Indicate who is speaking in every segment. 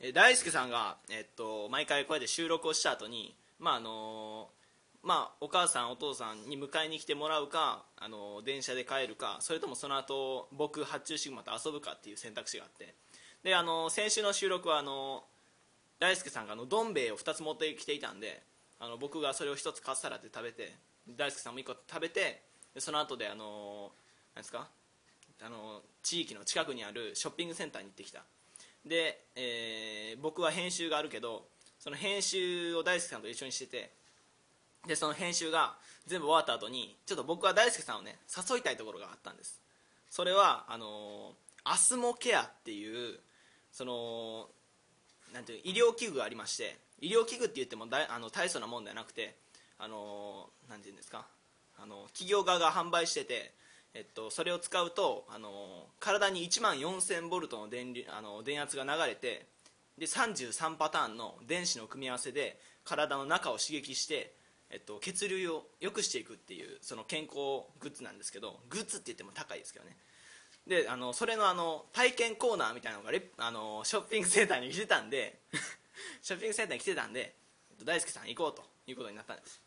Speaker 1: えー大輔さんが、えっと、毎回こうやって収録をした後にまああのーまあ、お母さんお父さんに迎えに来てもらうか、あのー電車で帰るかそれともその後僕発注シグマと遊ぶかっていう選択肢があってで、あのー先週の収録はあのー大輔さんがあのどん兵衛を2つ持ってきていたんであの僕がそれを1つかっさらって食べて大輔さんも1個食べてでその後であのーなんですかあの地域の近くにあるショッピングセンターに行ってきたで、えー僕は編集があるけどその編集を大輔さんと一緒にしててでその編集が全部終わった後にちょっと僕は大輔さんをね誘いたいところがあったんですそれはあのーアスモケアっていうそのなんていう医療器具がありまして医療器具って言ってもだいあの大層なもんではなくてあのーなんていうんですかあの企業側が販売してて、えっと、それを使うとあのー体に1万4000ボルトの電流あの電圧が流れてで33パターンの電子の組み合わせで体の中を刺激して、えっと、血流を良くしていくっていうその健康グッズなんですけどグッズって言っても高いですけどねであのそれのあの体験コーナーみたいなのがレッあのショッピングセンターに来てたんで ショッピングセンターに来てたんでえっと大輔さん行こうということになったんです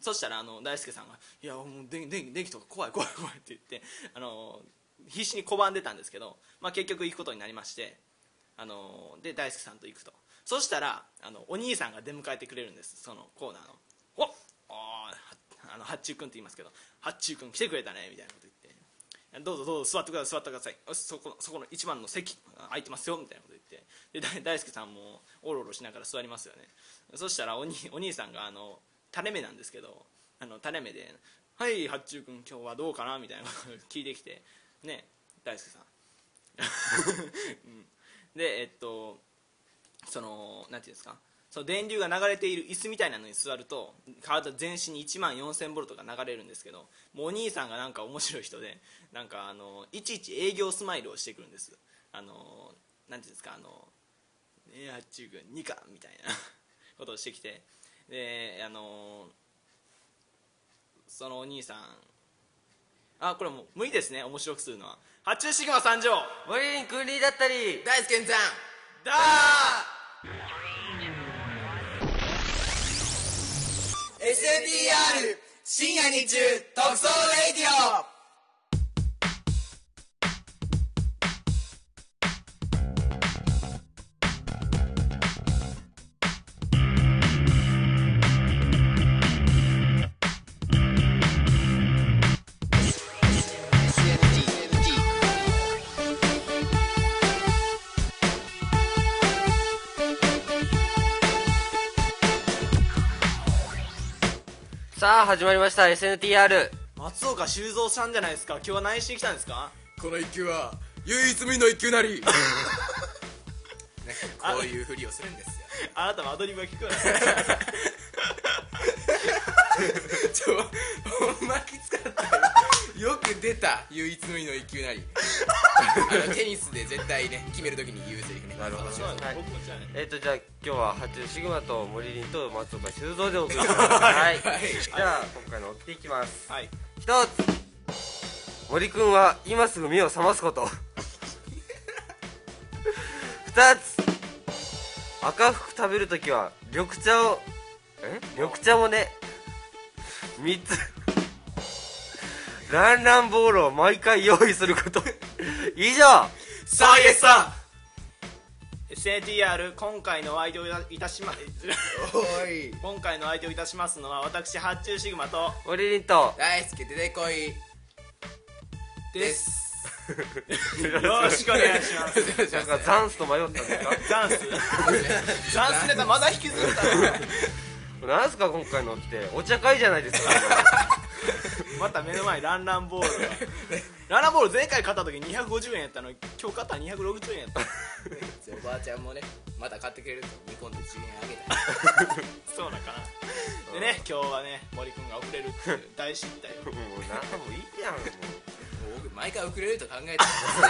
Speaker 1: そしたらあの大輔さんが「いやもう電電気電気とか怖い怖い怖い」って言ってあの必死に拒んでたんですけど、まあ、結局行くことになりましてあので大輔さんと行くとそしたらあのお兄さんが出迎えてくれるんですそのコーナーの「おっあの八中君って言いますけど八中君来てくれたね」みたいなこと言ってどうぞどうぞ座ってください座ってくださいよしそこのそこの一番の席あ空いてますよみたいなこと言ってで大大輔さんもおろおろしながら座りますよねそしたらおに お兄さんがあの垂れ目なんですけどあの垂れ目で「はい八中君今日はどうかな?」みたいなことを聞いてきてね大輔さん、 うんでえっとそのなんていうんですかその電流が流れている椅子みたいなのに座ると体全身に1万4000ボルトが流れるんですけどもうお兄さんがなんか面白い人でなんかあのいちいち営業スマイルをしてくるんですあのなんていうんですかあの「ねえ八中君2か」みたいな ことをしてきてであのそのお兄さんあこれもう無理ですね面白くするのは八中シグマ参上
Speaker 2: 森林君臨だったり
Speaker 3: 大輔んさん
Speaker 1: だー
Speaker 3: STR 深夜日中特捜レディオ
Speaker 2: さあ始まりました SNTR
Speaker 1: 松岡修造さんじゃないですか今日は何しに来たんですか
Speaker 3: この一球は唯一無二の一球な りこういうふりをするんですよ
Speaker 1: あなたもアドリブが聞くよね
Speaker 3: ちょほんまきつかったよよく出た唯一無二の一球なりあのテニスで絶対ね決めるときに言うセリフねなるほ
Speaker 1: そうなんです
Speaker 2: はい
Speaker 1: 僕も知らない
Speaker 2: えっ、とじゃあ今日は八中シグマと森林と松岡修造でお送りします はいじゃあ今回の追っていきます
Speaker 1: はい
Speaker 2: 一つ森君は今すぐ目を覚ますこと 二つ赤服食べるときは緑茶をえ緑茶もね三つランランボールを毎回用意すること以上
Speaker 1: さあイエスさん SNTR 今回のお相手をいたしま
Speaker 3: おい
Speaker 1: 今回のお相手をいたしますのは私八中シグマと
Speaker 2: 森林と
Speaker 3: 大輔出てこいです
Speaker 1: よろしくお願いします
Speaker 2: なんかザンスと迷ったんですか
Speaker 1: ダンスダンスネタまだ引きずったな
Speaker 2: なんすか今回のってお茶会じゃないですか
Speaker 1: また目の前にランランボールがランランボール前回買った時250円やったのに今日買ったら260円やった
Speaker 3: おばあちゃんもねまた買ってくれると煮込んで10円あげた
Speaker 1: そうなんかなでね今日はね森君が遅れるっていう大失態
Speaker 2: もうなんかもういいやんもう
Speaker 3: 僕毎回遅れると考えてた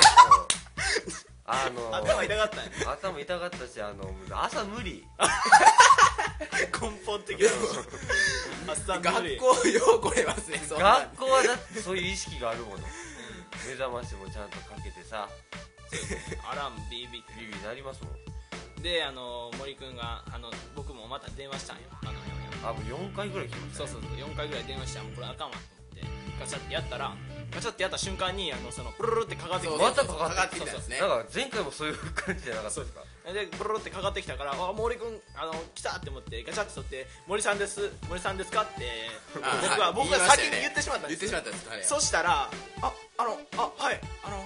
Speaker 2: あの
Speaker 1: 頭痛かったね
Speaker 2: 頭痛かったしあの朝無理
Speaker 1: 根本的な発散の無理
Speaker 3: 学校ようこれますねそんな
Speaker 2: 学校はだってそういう意識があるもの目覚ましもちゃんとかけてさ
Speaker 1: アラン BB
Speaker 2: ビビなりますもん
Speaker 1: であの森君があの僕もまた電話したんよあの
Speaker 2: あもう4回ぐらい来ました
Speaker 1: そう
Speaker 2: ね
Speaker 1: そうそう4回ぐらい電話してあもうこれあかんわと思ってガチャってやったらガチャってやった瞬間にあのそのプルルってかかってき
Speaker 3: そう
Speaker 1: て
Speaker 2: またかかってきた
Speaker 3: ってきたんですね
Speaker 2: なんか前回もそういう感じじゃなかったですか
Speaker 1: でブロロってかかってきたから「あ森君あの来た!」って思ってガチャって取って「森さんです森さんですか?」って僕
Speaker 3: あ
Speaker 1: は、
Speaker 3: い
Speaker 1: 僕は
Speaker 3: 言いま
Speaker 1: 先
Speaker 3: たよ
Speaker 1: に
Speaker 3: ね
Speaker 1: 言ってしまったん
Speaker 3: 言
Speaker 1: で
Speaker 3: っ
Speaker 1: す
Speaker 3: てしまったんですあれ
Speaker 1: そしたら「ああのあはいあのあの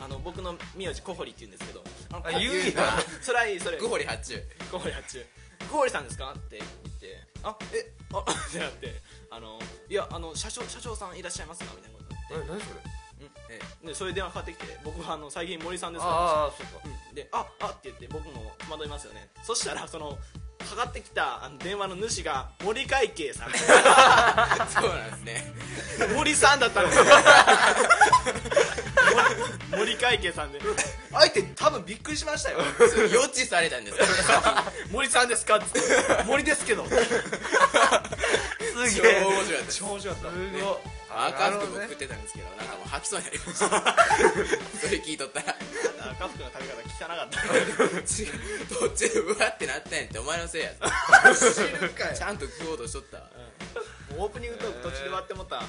Speaker 1: ああの僕の名字小堀って言うんですけどあの
Speaker 2: あ言う
Speaker 3: 言
Speaker 2: ん
Speaker 3: う
Speaker 2: や
Speaker 3: な
Speaker 1: それはいいそれ
Speaker 3: グホリ発注
Speaker 1: 小堀八中小堀さんですかって言って「あえあ ってなって「あのいやあの社長社長さんいらっしゃいますか?」みたいなこと
Speaker 2: え何それ
Speaker 3: え
Speaker 1: でそれで電話かかってきて「僕はあの最近森さんですか?」
Speaker 2: ああそっか
Speaker 1: で「ああっ」て言って僕も戸惑いますよねそしたらそのかかってきたあの電話の主が森会計さん
Speaker 3: えそうなんですね
Speaker 1: 森さんだったんですよ森森会計さんで相手多分びっくりしましたよ
Speaker 3: それ予知されたんですよ
Speaker 1: 森さんですかっつ って森ですけど
Speaker 2: す
Speaker 3: 超
Speaker 2: げ
Speaker 3: 面
Speaker 2: え
Speaker 3: 白かった
Speaker 1: 超面白かった
Speaker 2: す
Speaker 3: ね
Speaker 2: ごっな
Speaker 3: 赤福も
Speaker 2: るほど
Speaker 3: 食
Speaker 2: ね
Speaker 3: ってたんですけどなんかもう吐きそうになりましたそれ聞いとったら
Speaker 1: 赤福の食べ方汚かった
Speaker 3: 違う途中うわってなったんやってお前のせいやぞちゃんと食おうとしとったわ
Speaker 1: オープニングトーク途中で割ってもった、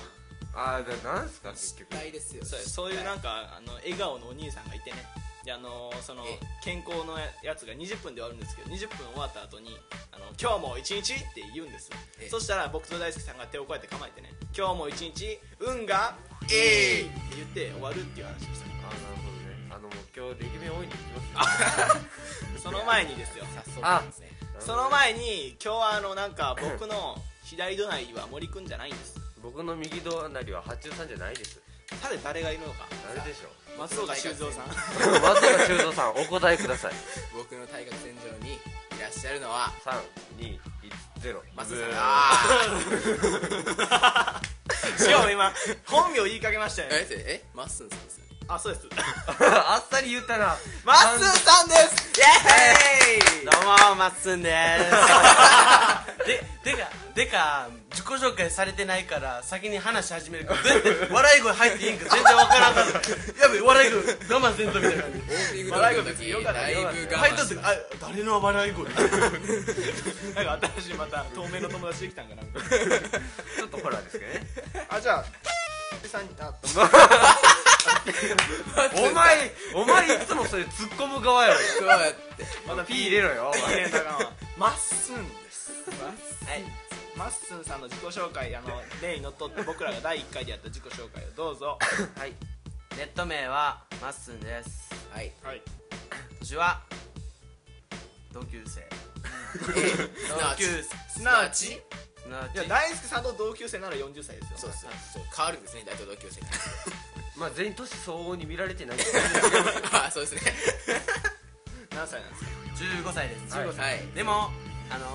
Speaker 2: あーじゃあ何すか結
Speaker 3: 失
Speaker 2: 局
Speaker 3: 態ですよ
Speaker 1: そうそういうなんかあの笑顔のお兄さんがいてねであのその
Speaker 3: え
Speaker 1: 健康のやつが20分で終わるんですけど20分終わった後にあの今日も一日って言うんです
Speaker 3: え
Speaker 1: そしたら僕と大輔さんが手をこうやって構えてね今日も一日運がえいって言って終わるっていう話でし
Speaker 2: あーなるほどねあのもう今日レギュメン多いんで行きます
Speaker 1: たその前にですよ
Speaker 3: 早速なんですね
Speaker 2: よ
Speaker 1: その前に今日はあのなんか僕の左隣は森くんじゃないんです
Speaker 2: 僕の右隣は八中さんじゃないです
Speaker 1: さて誰がいるのか
Speaker 2: 誰でしょう
Speaker 1: 松岡修造さん
Speaker 2: 松岡修造さんお答えください
Speaker 3: 僕の対角線上にいらっしゃるのは
Speaker 2: 3210
Speaker 3: マス
Speaker 2: う
Speaker 3: さん
Speaker 2: ー
Speaker 3: あー
Speaker 1: しかも今本名言いかけましたよね
Speaker 3: ええマッスンさんですよね
Speaker 1: あ そうです
Speaker 2: あっさり言ったな
Speaker 1: マッスンさんですイエーイ
Speaker 4: どうもまっすんですででかでか自己紹介されてないから先に話し始める から全然笑い声入っていいんか全然わからんかったやべ笑い声我慢せんとみたいな感
Speaker 3: オープニングト
Speaker 1: 笑い声
Speaker 3: ークの
Speaker 1: 別に
Speaker 3: 時
Speaker 1: よかった
Speaker 3: だいぶ
Speaker 1: よか
Speaker 3: 我
Speaker 1: った
Speaker 3: 慢
Speaker 4: じ入ったってあ誰の笑い 声
Speaker 1: なんか新しいまた透明の友達できたんかなみたい
Speaker 2: ちょっとホラーですけどね
Speaker 1: なあじゃあさん あ
Speaker 2: お前お前いつもそれ突っ込む側やろ
Speaker 3: そうやって
Speaker 1: まだ
Speaker 2: ピー入れろよお前
Speaker 1: 入れんとあかんわマッスンですはいマッスンさんの自己紹介あの例にのっとって僕らが第1回でやった自己紹介をどうぞ
Speaker 4: はいネット名はまっすんです
Speaker 3: はい
Speaker 1: はい
Speaker 4: 年は同級生
Speaker 3: すなわ
Speaker 4: 同
Speaker 3: ち
Speaker 4: 級生
Speaker 3: すなわち
Speaker 4: すなわ
Speaker 1: い
Speaker 4: ち
Speaker 1: や大輔さんと同級生なら40歳です
Speaker 3: そう
Speaker 1: よ
Speaker 3: ですそう変わるんですね大統領同級生
Speaker 2: まあ全員年相応に見られてないけど
Speaker 3: あーそうですね
Speaker 1: 何歳なんですか
Speaker 4: 15歳です、
Speaker 2: はい
Speaker 3: はいはい
Speaker 4: でもあの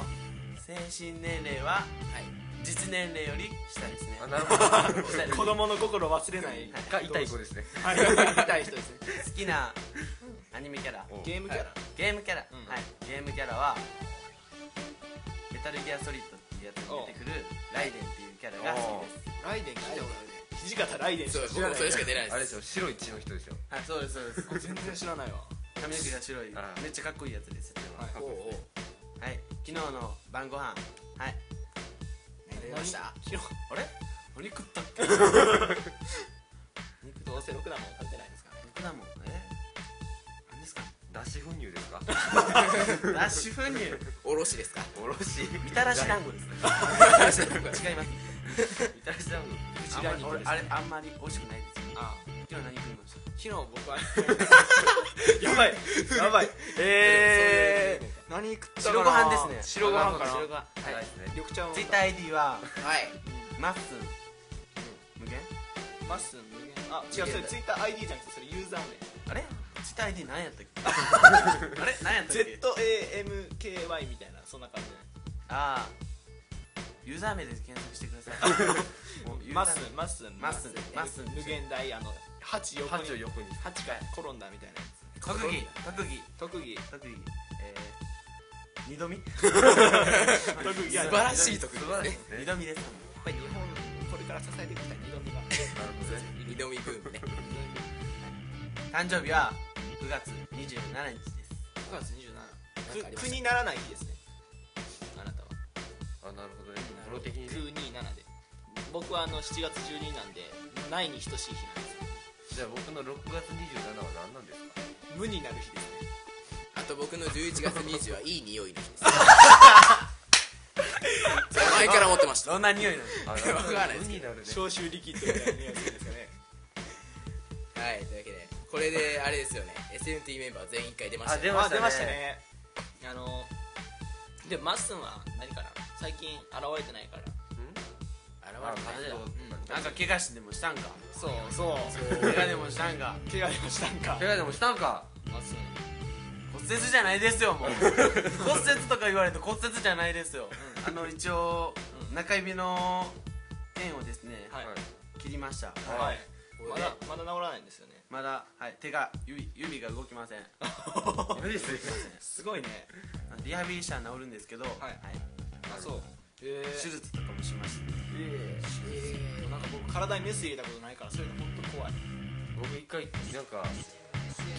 Speaker 4: 精神年齢は実年齢より下ですね
Speaker 2: あなるほど
Speaker 4: 下 ですね
Speaker 1: 子供の心忘れない
Speaker 2: が痛い子ですね
Speaker 1: はい痛い人ですね
Speaker 4: 好きなアニメキャラ
Speaker 1: ゲームキャラ
Speaker 4: ゲームキャラ、
Speaker 1: うん
Speaker 4: はいゲームキャラはメタルギアソリッドっていうやつに出てくるライデンっていうキャラが好きです
Speaker 1: ライデン聞いたことある土方ライデンし
Speaker 3: そう
Speaker 1: か
Speaker 3: 僕
Speaker 1: 知ら
Speaker 3: も
Speaker 1: ない
Speaker 3: それしか出ない
Speaker 2: あれ
Speaker 3: で
Speaker 2: ですすよ白い血の人ですよ
Speaker 4: はいそうですそうです
Speaker 1: 全然知らないわ
Speaker 4: 髪の毛が白い
Speaker 2: ああ
Speaker 4: めっちゃかっこいいやつですよ
Speaker 1: はい
Speaker 3: おうおう
Speaker 4: はい昨日の晩ご飯はい
Speaker 3: 何出ました
Speaker 1: 昨日
Speaker 4: あれ何食ったっけ
Speaker 1: どうせろくなもん食べてないんですかね
Speaker 4: 僕だもんえ何ですか
Speaker 2: 脱脂粉乳ですか
Speaker 4: ラッシュ粉乳
Speaker 3: おろしですか
Speaker 2: おろし
Speaker 4: みたらし団子です 違います
Speaker 2: みたらし団子
Speaker 4: あんまり俺あれあんまり美味しくないですよ
Speaker 1: あ
Speaker 4: 昨日何食いました
Speaker 1: 昨日僕はやばいやばいえー、何食ったかな
Speaker 4: 白ご飯ですね
Speaker 1: 白ご飯かな
Speaker 4: 白ご飯
Speaker 2: は
Speaker 4: はいい
Speaker 2: ですね
Speaker 1: 緑茶を
Speaker 4: ツイッター ID は
Speaker 3: はい
Speaker 4: マッスン無限
Speaker 1: マッスン無限あ違うそれツイッター ID じゃなくてそれユーザー
Speaker 4: あれツイッター ID 何やったっけ あれ何やったっけ
Speaker 1: 名 ZAMKY みたいなそんな感
Speaker 4: ああユーザー名で検索してください もう
Speaker 1: じ
Speaker 4: ユ
Speaker 1: マ
Speaker 4: ー
Speaker 1: ッ
Speaker 4: ザー
Speaker 1: スンマッスン
Speaker 4: マッスンマッスン
Speaker 1: 無限大あの8横
Speaker 2: 八を
Speaker 1: に
Speaker 2: 横に
Speaker 1: 8回転んだみたいなやつ
Speaker 4: 特技特技
Speaker 1: 特技
Speaker 4: 特技えー二度 見
Speaker 1: 特技
Speaker 3: 素晴らしい特
Speaker 2: 素
Speaker 3: 技
Speaker 2: 晴らしい
Speaker 3: で
Speaker 2: です
Speaker 3: ね
Speaker 2: す
Speaker 4: 二
Speaker 2: ね
Speaker 4: 度見です
Speaker 1: やっぱり日本これから支えていきたい二度目が
Speaker 2: なるほどね
Speaker 3: 二度見ブームね
Speaker 4: 誕生日は9月27日です
Speaker 1: 9月
Speaker 3: なんかあ
Speaker 1: 27
Speaker 3: り
Speaker 1: く
Speaker 3: ました
Speaker 1: 苦にならない日ですねあなたは
Speaker 2: あなるほどねプロ的にね
Speaker 1: 927で僕はあの7月12なんでないに等しい日なんですよ
Speaker 2: じゃあ僕の6月27は何なんですか
Speaker 1: 無になる日ですね
Speaker 3: あと僕の11月20はいい匂いの日ですそれ前から思ってました
Speaker 4: どんな匂いなの
Speaker 2: あ
Speaker 3: わからないで
Speaker 2: 無
Speaker 3: すけ
Speaker 2: になるね
Speaker 1: 消臭力ってみたいなやつですかね
Speaker 3: はいというわけでこれであれですよね SNT メンバー全員一回出ました
Speaker 2: あ出ま
Speaker 1: あ
Speaker 2: したね
Speaker 1: 出ましたねあのでマッスンは何かな最近現れてないから
Speaker 3: 現れ
Speaker 2: あ
Speaker 3: た
Speaker 2: 活動
Speaker 4: なんか怪我してでもしたんか
Speaker 1: そうそう
Speaker 4: 怪我でもしたんか
Speaker 1: 怪我でもしたんか
Speaker 2: 怪我でもしたんか
Speaker 1: マッスン
Speaker 4: 骨折じゃないですよもう骨折とか言われて骨折じゃないですよあの一応中指の縁をですね
Speaker 1: はい
Speaker 4: 切りました
Speaker 1: はい、
Speaker 3: こ
Speaker 1: ま
Speaker 3: れで
Speaker 1: だまだ治らないんですよね
Speaker 4: まだはい手が指指が動きません
Speaker 2: 無理ですよ
Speaker 1: すごいね
Speaker 4: リハビリしたら治るんですけど、は
Speaker 1: い
Speaker 4: い
Speaker 1: あそうえー、
Speaker 4: 手術とかもしました
Speaker 1: えーなんか僕体にメス入れたことないからそういうの本当怖い
Speaker 2: 僕一回なんか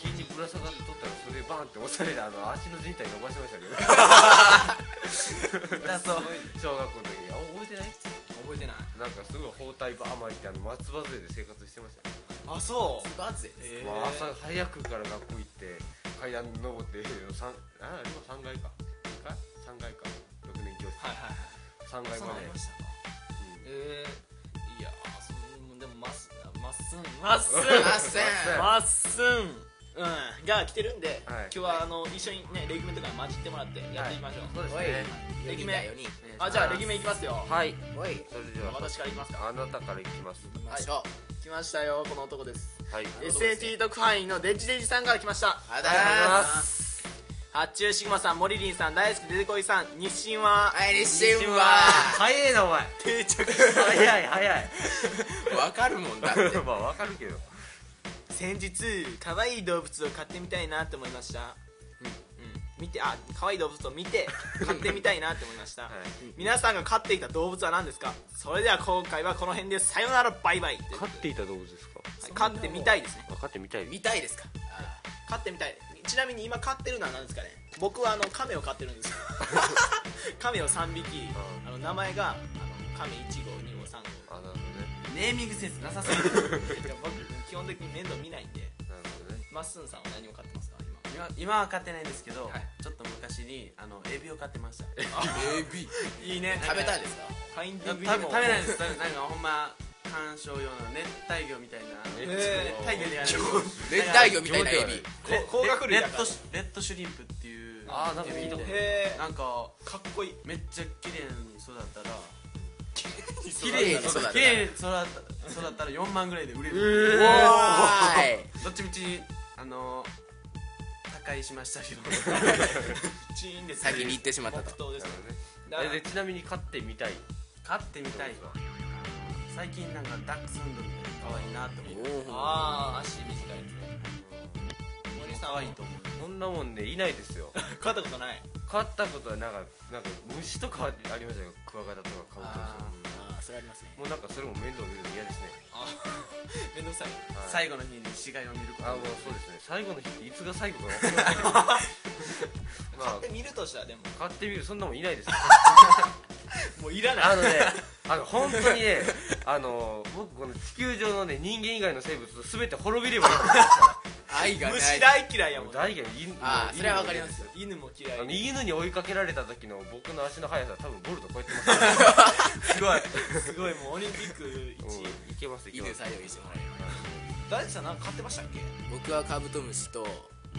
Speaker 2: 筋にぶら下がっとったらそれバーンって押されてあの足の靭帯伸ばしましたけど
Speaker 4: 痛そう
Speaker 2: 小学校の時あ覚えてない
Speaker 1: 覚えてない
Speaker 2: なんかすごい包帯ばーまいってあの松葉杖で生活してましたよ
Speaker 1: あそう
Speaker 3: バツで
Speaker 1: え
Speaker 2: まあ、朝早くから学校行って階段登って三あ今3階か2階3階か6年教室、
Speaker 1: はいはいはい
Speaker 2: 三3階
Speaker 1: そう
Speaker 2: ま
Speaker 1: な
Speaker 2: で
Speaker 1: りましたか
Speaker 2: うん
Speaker 1: えー、いやーそのでもマスマッスン
Speaker 4: まっす ぐ
Speaker 3: あっせん
Speaker 1: マッスンうんが来てるんで、
Speaker 2: はい
Speaker 1: 今日はあの一緒にねレギュメとか混じってもらってやっていきましょう、
Speaker 2: そうです
Speaker 3: おい
Speaker 2: ね
Speaker 3: 4人だ4人
Speaker 1: あじゃあレギュメいきますよ
Speaker 2: はい
Speaker 3: おい
Speaker 2: それでは
Speaker 1: 私からいきますか
Speaker 2: あなたからいきます
Speaker 3: 行きましょう
Speaker 1: 来ましたよこの男です
Speaker 2: はい
Speaker 1: SAT 特派員のデジデジさんから来ました
Speaker 3: ありがとうございます
Speaker 1: 発注シグマさんモリリンさん大好きデデコイさん日清は
Speaker 3: はい立春は
Speaker 2: 早いなお前
Speaker 1: 定着
Speaker 2: 早い早い
Speaker 3: わかるもんだって
Speaker 2: まあわかるけど
Speaker 1: 先日可愛い動物を飼ってみたいなって思いましたうん見てあ可愛い動物を見 て飼ってみたいなって思いました、
Speaker 2: い
Speaker 1: 皆さんが飼っていた動物は何ですかそれでは今回はこの辺でさよならバイバイ
Speaker 2: 飼っていた動物ですか
Speaker 1: はい飼ってみたいですね
Speaker 2: 分かってみたい
Speaker 3: 見たいですかあ
Speaker 1: 飼ってみたいちなみに今飼ってるのは何ですかね僕はあの亀を飼ってるん ですよ亀を3匹あの名前があの亀1号2号3
Speaker 2: あなるほどね
Speaker 4: ネーミングセンスなさそう
Speaker 1: 号いや僕基本的に面倒見ないんで
Speaker 2: なるほどね
Speaker 1: まっすんさんは何を飼ってますか今
Speaker 4: 今今は飼ってないんですけど、
Speaker 1: はい
Speaker 4: ちょっと昔にあのエビを飼ってました
Speaker 3: ーエビ
Speaker 1: いいね
Speaker 3: 食べたん
Speaker 1: い
Speaker 3: ですか
Speaker 1: ファインディ
Speaker 4: 食
Speaker 1: ン
Speaker 4: べ
Speaker 1: グ
Speaker 4: 食べな
Speaker 1: い
Speaker 4: いです食べなんかほんま観賞用の熱帯魚みたいな
Speaker 2: え
Speaker 4: 熱帯魚である
Speaker 3: 熱帯魚みたいなエビ
Speaker 4: レ
Speaker 1: こ甲殻類
Speaker 4: レ
Speaker 1: だ
Speaker 4: ッ
Speaker 1: から
Speaker 4: ドシレッドシュリンプっていう
Speaker 2: あーなんか聞いたことある
Speaker 1: へえ
Speaker 4: なんか
Speaker 1: かっこいい
Speaker 4: めっちゃ綺麗に育ったら
Speaker 3: 綺麗に育
Speaker 4: 綺麗に育った育ったら4万ぐらいで売れる、
Speaker 3: おーい
Speaker 4: どっちみちあの他界しました けど
Speaker 1: チーンです
Speaker 3: 先に行ってしまったと
Speaker 1: 木刀です
Speaker 2: な
Speaker 1: ね
Speaker 2: るほどね
Speaker 1: だから
Speaker 2: えでちなみに飼ってみたい
Speaker 4: 飼ってみたい最近なんかダックスフンドみたいな可愛いなって思う
Speaker 1: ああ足短いですね森さん
Speaker 4: 可
Speaker 1: は
Speaker 4: 愛いと思う
Speaker 2: そんなもんねいないですよ
Speaker 1: 飼ったことない
Speaker 2: 飼ったことはなんかなんか虫とかありましたよクワガタとかカブトムシとか
Speaker 1: ああそれありますね
Speaker 2: もうなんかそれも面倒見るの嫌ですね、
Speaker 1: あーめんどくさい
Speaker 2: はい
Speaker 4: 最後の日に死骸を見ること
Speaker 2: あもうそうですね最後の日っていつが最後か分からない
Speaker 1: 買っ
Speaker 2: まあ
Speaker 1: てみるとしたらでも
Speaker 2: 買ってみるそんなもんいないです
Speaker 1: もういらない
Speaker 2: あのねあの本当にねあの僕この地球上のね人間以外の生物全て滅びればいいと思
Speaker 3: 愛がない
Speaker 1: 虫大嫌いや
Speaker 2: うん
Speaker 1: も
Speaker 2: です
Speaker 1: ん
Speaker 2: よ大嫌い犬
Speaker 3: あ
Speaker 2: もう
Speaker 3: ーそれはわかりま
Speaker 2: 犬も
Speaker 3: す
Speaker 1: 犬も嫌
Speaker 2: あの
Speaker 1: い
Speaker 2: 犬に追いかけられた時の僕の足の速さ多分ボルト超えてます
Speaker 4: すごい
Speaker 1: すごいもうオリンピック1位
Speaker 2: うんいけますいけ
Speaker 3: 犬
Speaker 2: ます
Speaker 3: 採用にしてもらえる
Speaker 1: 大地さんなんか買ってましたっけ
Speaker 3: 僕はカブトムシと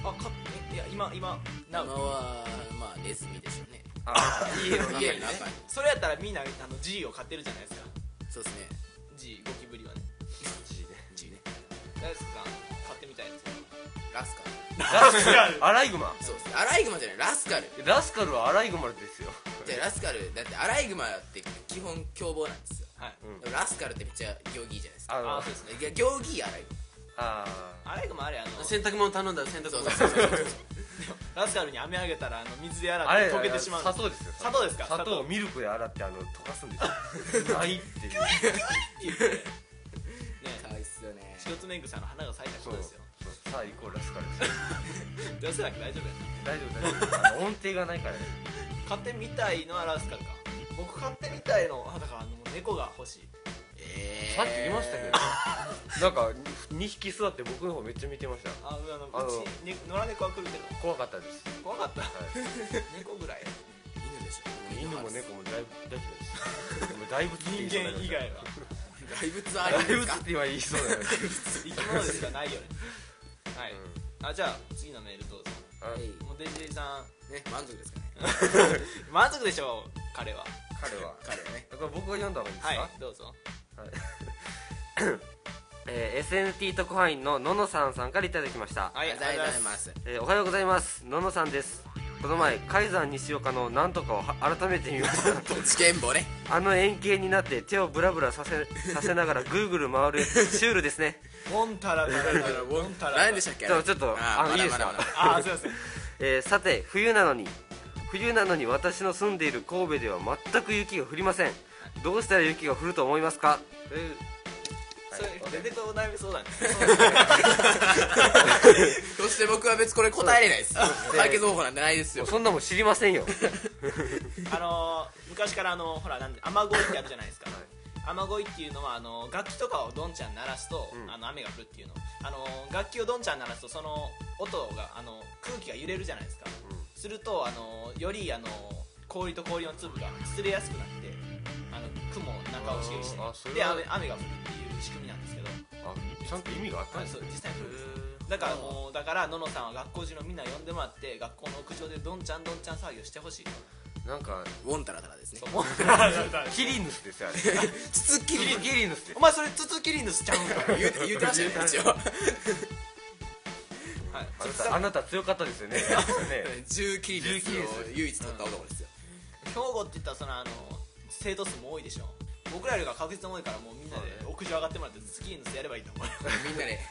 Speaker 1: あ買っていや今今な
Speaker 3: 今はまあネズミでしょうね
Speaker 2: あ
Speaker 3: 家の中に
Speaker 1: 家
Speaker 3: ね
Speaker 1: の中にそれやったらみんなあの G を買ってるじゃないですか
Speaker 3: そうですね
Speaker 1: G ゴキブリはね
Speaker 2: ジで
Speaker 3: ジね
Speaker 1: 大地さん買ってみたいです
Speaker 3: ラスカル
Speaker 2: ラスカルアライグマ
Speaker 3: そうですねアライグマじゃないラスカル
Speaker 2: ラスカルはアライグマですよ
Speaker 3: じゃあラスカルだってアライグマって基本凶暴なんですよ
Speaker 1: はい
Speaker 2: うん
Speaker 3: でもラスカルってめっちゃ行儀いいじゃないですか
Speaker 2: あの
Speaker 1: あ
Speaker 2: あ
Speaker 1: そうですね
Speaker 3: いや行儀いいアライグ
Speaker 2: あ
Speaker 1: あれがもあれあの
Speaker 4: 洗濯物頼んだら洗
Speaker 3: マ
Speaker 4: 濯
Speaker 3: そう
Speaker 4: 物
Speaker 3: そうそうそう
Speaker 1: ラスカルに飴あげたらあの水で洗
Speaker 2: あれ
Speaker 1: って溶けてしまうんで
Speaker 2: 砂
Speaker 1: す
Speaker 2: 糖ですよ
Speaker 1: 砂糖ですか
Speaker 2: 砂
Speaker 1: 砂
Speaker 2: 糖
Speaker 1: 糖
Speaker 2: をミルクで洗ってあの溶かすんです よないっていう
Speaker 1: って言ってね
Speaker 3: かわいいっすよね
Speaker 1: シロツメグサの花が咲いたことですよ
Speaker 2: そうさあ行こうラスカルス
Speaker 1: 出せなきゃ大丈夫や
Speaker 2: 大丈夫大 丈夫あの音程がないからね
Speaker 1: 買ってみたいのはラスカルか僕買ってみたいのあだからあの猫が欲しい
Speaker 3: えー
Speaker 2: さっき言いましたけど、なんか2匹座って僕の方めっちゃ見てました
Speaker 1: ああの
Speaker 2: あの
Speaker 1: うちね野良猫は来るけど
Speaker 2: 怖かったです、
Speaker 1: 怖かった
Speaker 2: は
Speaker 1: 猫ぐらい
Speaker 3: 犬でし
Speaker 2: い、
Speaker 3: ょ
Speaker 2: 犬も猫もだいぶ大丈夫ですもう大仏って
Speaker 1: 人
Speaker 2: 言いそう
Speaker 1: 間以
Speaker 2: になり
Speaker 1: 外は
Speaker 3: 大仏あ
Speaker 2: ま
Speaker 3: り
Speaker 2: した大仏
Speaker 3: ですか
Speaker 2: って今言いそうだよね、
Speaker 1: 生き物でしかないよねはい、あじゃあ次のメールどうぞ
Speaker 2: うん、あ
Speaker 3: はい
Speaker 1: もうデジデジさん
Speaker 3: ね満足ですかね
Speaker 1: 満足でしょう彼は
Speaker 2: 彼は
Speaker 3: 彼はね
Speaker 2: これ僕が読んだ方がいいですか、
Speaker 1: はいどうぞ
Speaker 2: えー SNT 特派員のののさんさんからいただきました、
Speaker 1: はいありがとうございます
Speaker 3: す
Speaker 2: えーおはようございますののさんですこの前海山西岡のなんとかをは改めて見ました
Speaker 3: 試験簿ね
Speaker 2: あの円形になって手をブラブラさせさせながらぐるぐる回るシュールですね
Speaker 1: ボンタラタラ タラボンタラ
Speaker 3: 何でしたっけあれ
Speaker 2: ちょっと
Speaker 3: あ
Speaker 2: あの
Speaker 3: ー
Speaker 2: いいですか
Speaker 3: まだまだまだ
Speaker 1: ああすいません
Speaker 2: えーさて冬なのに冬なのに私の住んでいる神戸では全く雪が降りませんどうしたら雪が降ると思いますかという
Speaker 1: それ全然お悩み 相談です
Speaker 3: そして僕は別にこれ答えれないです解決方法なんてないですよ
Speaker 2: そんなもん知りませんよ
Speaker 1: あのー昔からあのーほらなんで雨乞いってあるじゃないですか、雨乞いっていうのはあのー楽器とかをどんちゃん鳴らすと、
Speaker 2: ん
Speaker 1: あの雨が降るっていうのあのー楽器をどんちゃん鳴らすとその音があの空気が揺れるじゃないですか、するとあのーよりあのー氷と氷の粒が擦れやすくなってあの雲の中を刺激して
Speaker 2: あーあそ
Speaker 1: で
Speaker 2: れは
Speaker 1: 雨雨が降るっていう仕組みなんですけど、
Speaker 2: あちゃんと意味があっ
Speaker 1: はい、そう実際に降るんですだからもうだからののさんは学校中のみんな呼んでもらって学校の屋上でどんちゃんどんちゃん騒ぎをしてほしいと
Speaker 2: なんか
Speaker 3: ウォンタラタラですね
Speaker 1: そう思って
Speaker 2: キリヌスですよあれ
Speaker 3: 筒切り
Speaker 2: キリヌスです
Speaker 1: お前それツツキリヌスちゃうんか
Speaker 3: 言うて言うてましたよね一応
Speaker 1: はい、
Speaker 2: あなたあなた強かったですよね ね
Speaker 3: 10キリです
Speaker 2: 10切り
Speaker 3: よ
Speaker 2: です
Speaker 3: 唯一取った男ですよ
Speaker 1: 兵庫って言ったらそのあの生徒数も多いでしょ僕らよりが確実に多いからもうみんなで屋上上がってもらってツツキリヌスやればいいと思う
Speaker 3: みんなね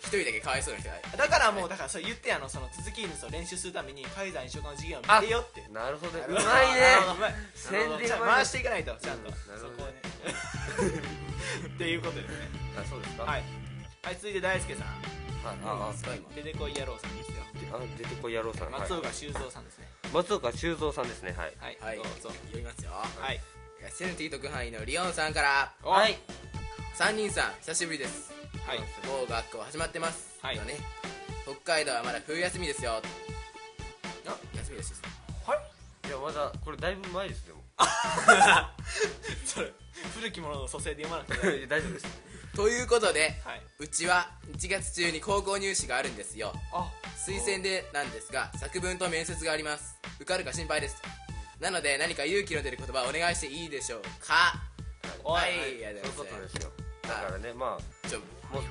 Speaker 3: 一人だけかわいそうな人が
Speaker 1: だからもうだからそれ言ってあのそのツツキリヌスを練習するために海外に所管の授業を見てよって
Speaker 2: なるほどうまいね
Speaker 1: なるほどうまい
Speaker 2: 宣伝前
Speaker 1: じゃあ回していかないとちゃんと、
Speaker 2: うんなる
Speaker 1: そ
Speaker 2: ほど
Speaker 1: こをねっていうことですね
Speaker 2: あそうですか
Speaker 1: はいい、はい、続いて大輔さん
Speaker 2: ああ
Speaker 3: すごいもん
Speaker 1: 出てこい野郎さんですよ
Speaker 2: あ出てこい野郎さん
Speaker 1: 松
Speaker 2: はい
Speaker 1: 岡修造さんですね
Speaker 2: 松岡修造さんですねはい
Speaker 1: はい、
Speaker 3: はい
Speaker 1: どうぞ
Speaker 3: 読みますよ
Speaker 1: はい
Speaker 3: セヌティ特派員のリオンさんから
Speaker 1: お
Speaker 2: はい
Speaker 3: 3人さん久しぶりです
Speaker 1: はい
Speaker 3: もう学校始まってます
Speaker 1: はい
Speaker 3: けどね北海道はまだ冬休みですよあ休みですよ
Speaker 2: いやまだこれだいぶ前ですで も
Speaker 1: それ古きものの蘇生で読まなくていい
Speaker 2: いや大丈夫です
Speaker 3: ということで
Speaker 1: はい、
Speaker 3: うちは1月中に高校入試があるんですよ
Speaker 1: あ
Speaker 3: 推薦でなんですが作文と面接があります受かるか心配ですなので何か勇気の出る言葉をお願いしていいでしょうか
Speaker 1: おい
Speaker 3: はいありが
Speaker 2: そう
Speaker 3: と
Speaker 2: いううことで
Speaker 3: ございま
Speaker 2: すすよだからねまあ
Speaker 3: ちょ
Speaker 2: もう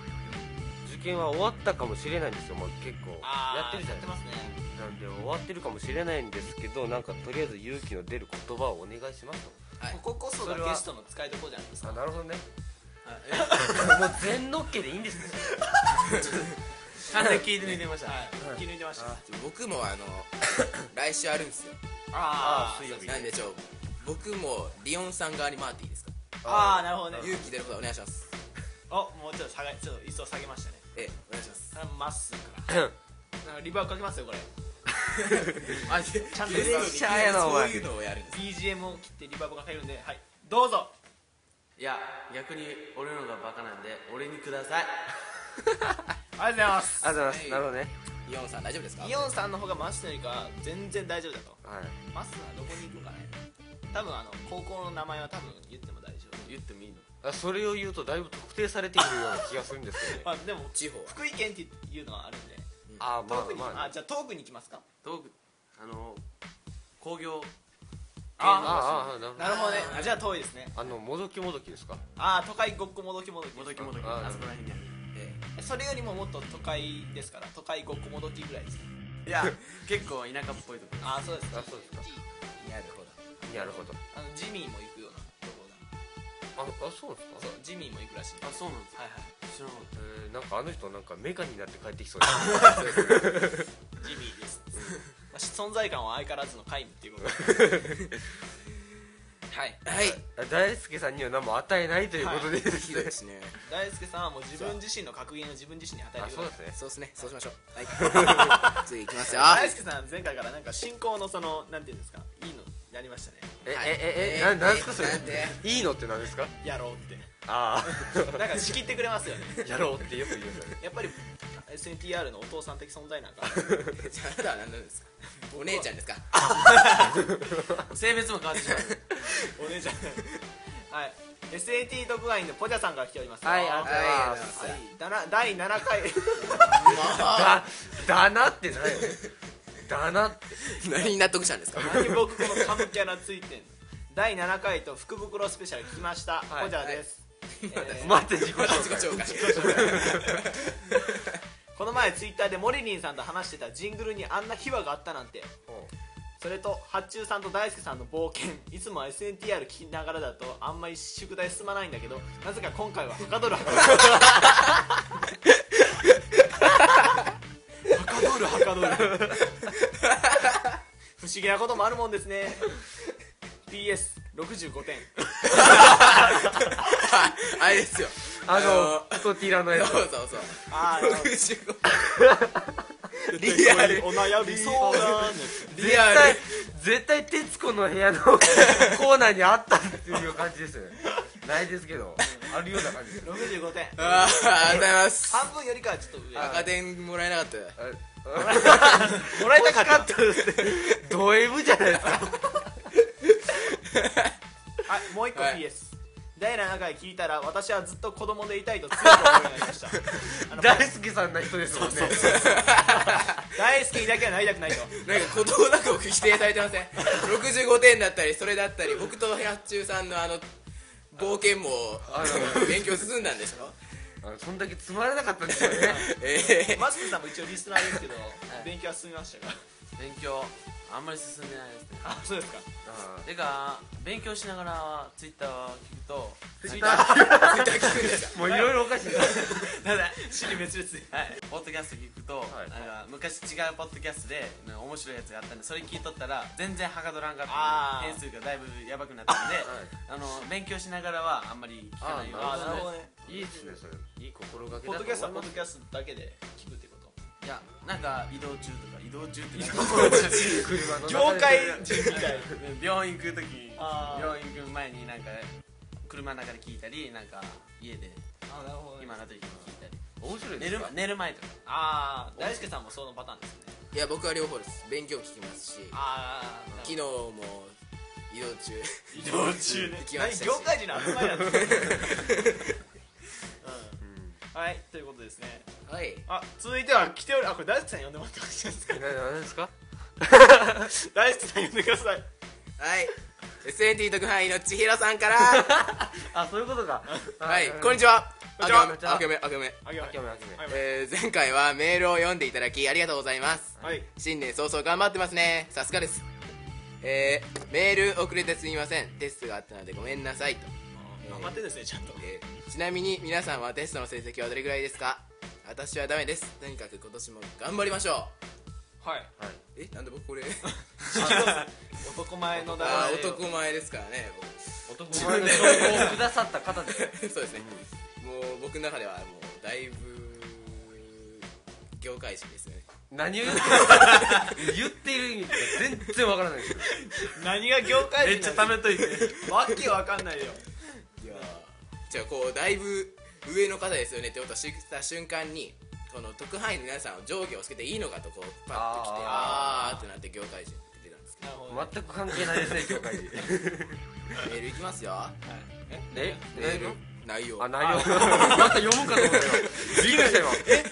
Speaker 2: 受験は終わったかもしれないんですよもう結構
Speaker 1: あー
Speaker 2: やってるじゃないですか
Speaker 1: やってますね
Speaker 2: なんで終わってるかもしれないんですけどなんかとりあえず勇気の出る言葉をお願いします
Speaker 3: はい
Speaker 1: こここそ
Speaker 2: それ
Speaker 1: が
Speaker 2: は
Speaker 1: ゲストの使いどころじゃないです
Speaker 2: と
Speaker 1: か
Speaker 2: あなるほどねもう全のっけでいいんです ね
Speaker 4: 完全に聞いてみてました、
Speaker 1: はい気抜いてました
Speaker 3: ちょ僕もあの来週あるんですよ
Speaker 1: あ
Speaker 2: あー水曜日
Speaker 3: なんでちょ僕もリオンさん側に回っていいですか
Speaker 1: ああなるほどね
Speaker 3: 勇気出ることお願いします
Speaker 1: あもうちょっと下がちょっと椅子を下げましたね
Speaker 3: ええお願いします
Speaker 1: それはまっすーからなんかリバーブかけますよこれ
Speaker 3: あち
Speaker 1: ゃんと
Speaker 3: レ
Speaker 1: プレッ
Speaker 2: シャーやなお
Speaker 3: そう
Speaker 2: 前
Speaker 3: いうのをやるんです
Speaker 1: BGM を切ってリバーブかけるんではいどうぞ
Speaker 4: いや逆に俺のがバカなんで俺にください
Speaker 1: ありがとうございます
Speaker 2: ありがとうございますなるほどね
Speaker 3: リオンさん大丈夫ですか
Speaker 1: イオンさんの方がマッスーよりかは全然大丈夫だと
Speaker 2: はい
Speaker 1: マッスーはどこに行くんかね多分あの高校の名前は多分言っても大丈夫
Speaker 4: 言ってもいいの
Speaker 2: あそれを言うとだいぶ特定されているような気がするんですけどね
Speaker 1: まあでも
Speaker 3: 地方は
Speaker 1: 福井県っていうのはあるんで
Speaker 2: あーま
Speaker 1: 遠くに
Speaker 2: あまあ
Speaker 1: あじゃあ遠くに行きますか
Speaker 4: どうあの工業
Speaker 2: あーあーあーなるほど
Speaker 1: なるほどねあじゃあ遠いですね
Speaker 2: あのもどきもどきですか
Speaker 1: ああ都会ごっこもどきもどき
Speaker 4: もどきもどき
Speaker 2: あー
Speaker 4: あそこら辺にある
Speaker 3: え
Speaker 1: それよりももっと都会ですから都会ごっこもどきぐらいです
Speaker 4: いや結構田舎っぽいとこ
Speaker 1: ああそうです
Speaker 2: あそうですか
Speaker 3: えなるほど
Speaker 2: なるほど
Speaker 1: あのジミーも行くようなところだ
Speaker 2: ああそうなんで
Speaker 1: そ
Speaker 2: すか
Speaker 1: うジミーも行くらしい
Speaker 4: あそうなんですか
Speaker 1: はいはい
Speaker 4: 知らなかっ
Speaker 2: えーなんかあの人なんかメカになって帰ってきそうです
Speaker 1: ジミーです、まあ、存在感は相変わらずの皆無っていうことではい
Speaker 3: はい
Speaker 2: 大輔さんには何も与えないということでです
Speaker 3: ひ
Speaker 2: ね、
Speaker 3: どいですね
Speaker 1: 大輔さんはもう自分自身の格言を自分自身に与え
Speaker 2: あ
Speaker 1: てく
Speaker 2: そ
Speaker 1: だ
Speaker 2: う
Speaker 1: さ
Speaker 2: で
Speaker 1: い
Speaker 2: すね
Speaker 3: そうですねそうしましょう はい次いきますよ
Speaker 1: 大輔さん前回からなんか進行のそのなんていうんですかいいのやりましたね
Speaker 2: え、
Speaker 3: はい
Speaker 2: えええ
Speaker 3: え
Speaker 2: ななんですかそれ
Speaker 3: なんで
Speaker 2: いいのって何ですか
Speaker 1: やろうって
Speaker 2: あ
Speaker 1: なんか仕切ってくれます よね
Speaker 2: あやろうってよく言うんですよね
Speaker 1: やっぱり SNTR のお父さん的存在なんか
Speaker 3: じゃああなたは何なんですかお姉ちゃんですか
Speaker 4: 性別も変わってしまう
Speaker 1: お姉ちゃんはい SAT 特派員のポジャさんから来ております
Speaker 2: はいありがとうございます
Speaker 1: はいだな第7回
Speaker 2: だだなってないよねだなって
Speaker 3: 何に納得したんですか
Speaker 1: 何僕このカムキャラついてんの第7回と福袋スペシャル聞きました、
Speaker 2: はい
Speaker 1: ポジャです、えー
Speaker 2: 待って自己
Speaker 3: まだ
Speaker 2: 紹
Speaker 3: 自
Speaker 2: 介
Speaker 3: 己紹介
Speaker 1: この前ツイッターでモリリンさんと話してたジングルにあんな秘話があったなんてそれと八中さんと大輔さんの冒険 いつもは SNTR 聞きながらだとあんまり宿題進まないんだけどなぜか今回ははかどるはかどるはかどる はかどる不思議なこともあるもんですね PS65 点
Speaker 3: あれですよ
Speaker 2: あのソティラの
Speaker 3: そ
Speaker 2: や
Speaker 3: う
Speaker 2: つ
Speaker 3: そうそう
Speaker 1: あ
Speaker 3: 65リ アル
Speaker 1: お悩み相談
Speaker 3: リア
Speaker 2: 絶
Speaker 3: ル
Speaker 2: 対絶対徹子の部屋のコーナーにあったっていう感じですよねないですけどあるような感じです
Speaker 1: 65点
Speaker 3: あーありがとうございます
Speaker 1: 半分よりかはちょっと上
Speaker 3: 赤点もらえなかった
Speaker 2: あ
Speaker 1: もらえたかった
Speaker 2: ド M じゃないですか
Speaker 1: はい、もう一個
Speaker 3: は
Speaker 1: PS、
Speaker 3: い
Speaker 1: 第7回聞いたら私はずっと子供でいたいと強く思いになりましたあの
Speaker 2: 大好きさんな人ですもんね
Speaker 1: 大好きにだけはなりたく ないと
Speaker 3: なんかことなく僕否定されてません65点だったりそれだったり僕と八中さんのあの冒険も
Speaker 2: あ
Speaker 3: 勉強進んだんでしょ
Speaker 2: あのそんだけつまらなかったんですよね
Speaker 3: ええ
Speaker 1: マスクさんも一応リスナーですけど、勉強は進みましたか
Speaker 4: 勉強あんまり進んでないですね
Speaker 1: あそうですか
Speaker 2: あ
Speaker 4: てか勉強しながらツイッターを聞くとツイッタ
Speaker 2: あ
Speaker 3: ツイッター聞くんですか
Speaker 2: もういろいろおかしいな
Speaker 4: ーなんだ尻滅裂ではいポッドキャスト聞くと、なんか昔違うポッドキャストでなんか面白いやつがあったんでそれ聞いとったら全然はかどらんか
Speaker 1: あ
Speaker 4: っ
Speaker 1: ー
Speaker 4: たんで点数がだいぶやばくなったんであ,、の勉強しながらはあんまり聞かないように
Speaker 1: あなるほどね
Speaker 2: いいですねそれいい心がけ
Speaker 1: ポッ
Speaker 2: だ
Speaker 1: ドキャスト
Speaker 2: と
Speaker 1: は
Speaker 2: 思
Speaker 1: ポ
Speaker 2: い
Speaker 1: ッ
Speaker 2: ま
Speaker 1: ドキャストだけで聞くってこと
Speaker 4: いやなんか移動中とか移動中ってなんか
Speaker 2: す車の中で
Speaker 1: 業界人み たい
Speaker 4: 病院行く時に
Speaker 1: あー
Speaker 4: 病院行く前になんか車の中で聞いたりなんか家で
Speaker 1: あなるほど、
Speaker 4: 今の時に聞いたり
Speaker 2: 面白いで
Speaker 4: 寝
Speaker 2: す
Speaker 4: る
Speaker 2: か
Speaker 4: 寝る前とか
Speaker 1: ああ大輔さんもそのパターンですね
Speaker 3: いや僕は両方です勉強聞きますし
Speaker 1: ああ
Speaker 3: 昨日も移動中
Speaker 1: 移動中ね
Speaker 3: 行きましたし
Speaker 1: 何業界人の集まりなんですかうんはいということですね
Speaker 3: はい
Speaker 1: あ続いては来ておりあこれ大輔さん呼んでもらってもいいですか
Speaker 2: ななんですか
Speaker 1: 大輔さん呼んでください
Speaker 3: はい SNT 特派員の千尋さんから
Speaker 2: あそういうことか
Speaker 3: はいこんに
Speaker 2: ち
Speaker 3: ちは
Speaker 1: こんにちは
Speaker 3: あけめあけめあけめ
Speaker 1: あげま
Speaker 2: 秋山秋山
Speaker 3: えー前回はメールを読んでいただきありがとうございます
Speaker 1: はい
Speaker 3: 新年早々頑張ってますねさすがですえー、メール遅れてすみませんテストがあったのでごめんなさいと、
Speaker 1: 頑張ってですねちゃんと
Speaker 3: えーちなみに皆さんはテストの成績はどれぐらいですか私はダメですとにかく今年も頑張りましょ
Speaker 1: はい
Speaker 3: いうえなんで僕 これ
Speaker 1: 男前の大
Speaker 3: あー
Speaker 1: 輔
Speaker 3: 男前ですからね
Speaker 2: 男前の情報をくださった方です
Speaker 3: 僕そうですね、もう僕の中ではもうだいぶ業界人ですね
Speaker 2: 何を言ってる言ってる意味全然わからないですけど
Speaker 1: 何が業界人
Speaker 4: めっちゃ貯めといて
Speaker 1: めわけわかんないよ
Speaker 3: いやーじゃあこうだいぶ上の方ですよねってことを知った瞬間にこの特派員の皆さんを上下をつけていいのかとこうパッと来てあ
Speaker 2: あ
Speaker 3: ーってなって業界人って出たんですけ
Speaker 1: なるほどね
Speaker 2: 全く関係ないですね業界に
Speaker 3: どメールいきますよ
Speaker 2: え
Speaker 3: メール内容
Speaker 2: あ内容また読むかと思ったよびっくり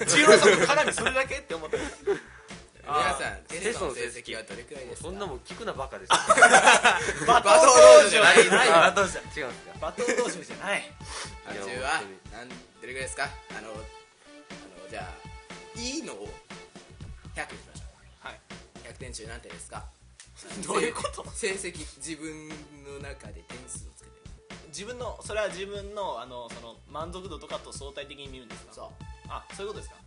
Speaker 2: した
Speaker 1: 十
Speaker 2: 今
Speaker 1: 郎さんも絡みそれだけって思って
Speaker 3: 皆さんテストの成績はどれくらいですか
Speaker 2: そんな
Speaker 3: も
Speaker 2: もん聞くなバカです
Speaker 1: バ
Speaker 3: バトルじゃない
Speaker 2: ない
Speaker 3: あ
Speaker 2: どうした違うんですか
Speaker 1: バトル同士じゃない
Speaker 3: 中
Speaker 2: いや
Speaker 3: は
Speaker 2: 本当
Speaker 3: なんどれくらいですかあのあのじゃあいいのを100にしましょ
Speaker 1: はいう
Speaker 3: 100点中何点ですか
Speaker 1: どういうこと
Speaker 3: 成績自分の中で点数をつけて
Speaker 1: 自分のそれは自分のあのその満足度とかと相対的に見るんですか
Speaker 3: そう
Speaker 1: あそういうことですか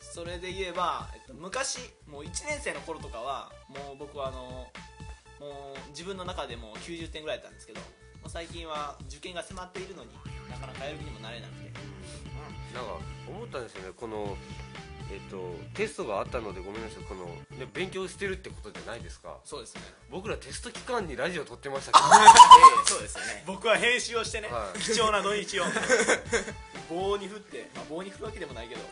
Speaker 1: それで言えば、えっと、昔もう1年生の頃とかはもう僕はあのもう自分の中でもう90点ぐらいだったんですけどもう最近は受験が迫っているのになかなかやる気にもなれなくて
Speaker 2: なんか思ったんですよねこのえっとテストがあったのでごめんなさいこの、ね、勉強してるってことじゃないですか
Speaker 1: そうですね
Speaker 2: 僕らテスト期間にラジオ撮ってましたけど、
Speaker 3: ええそうですよね
Speaker 1: 僕は編集をしてね、
Speaker 2: はい
Speaker 1: 貴重な土 日を棒に振って、まあ、棒に振るわけでもないけど、う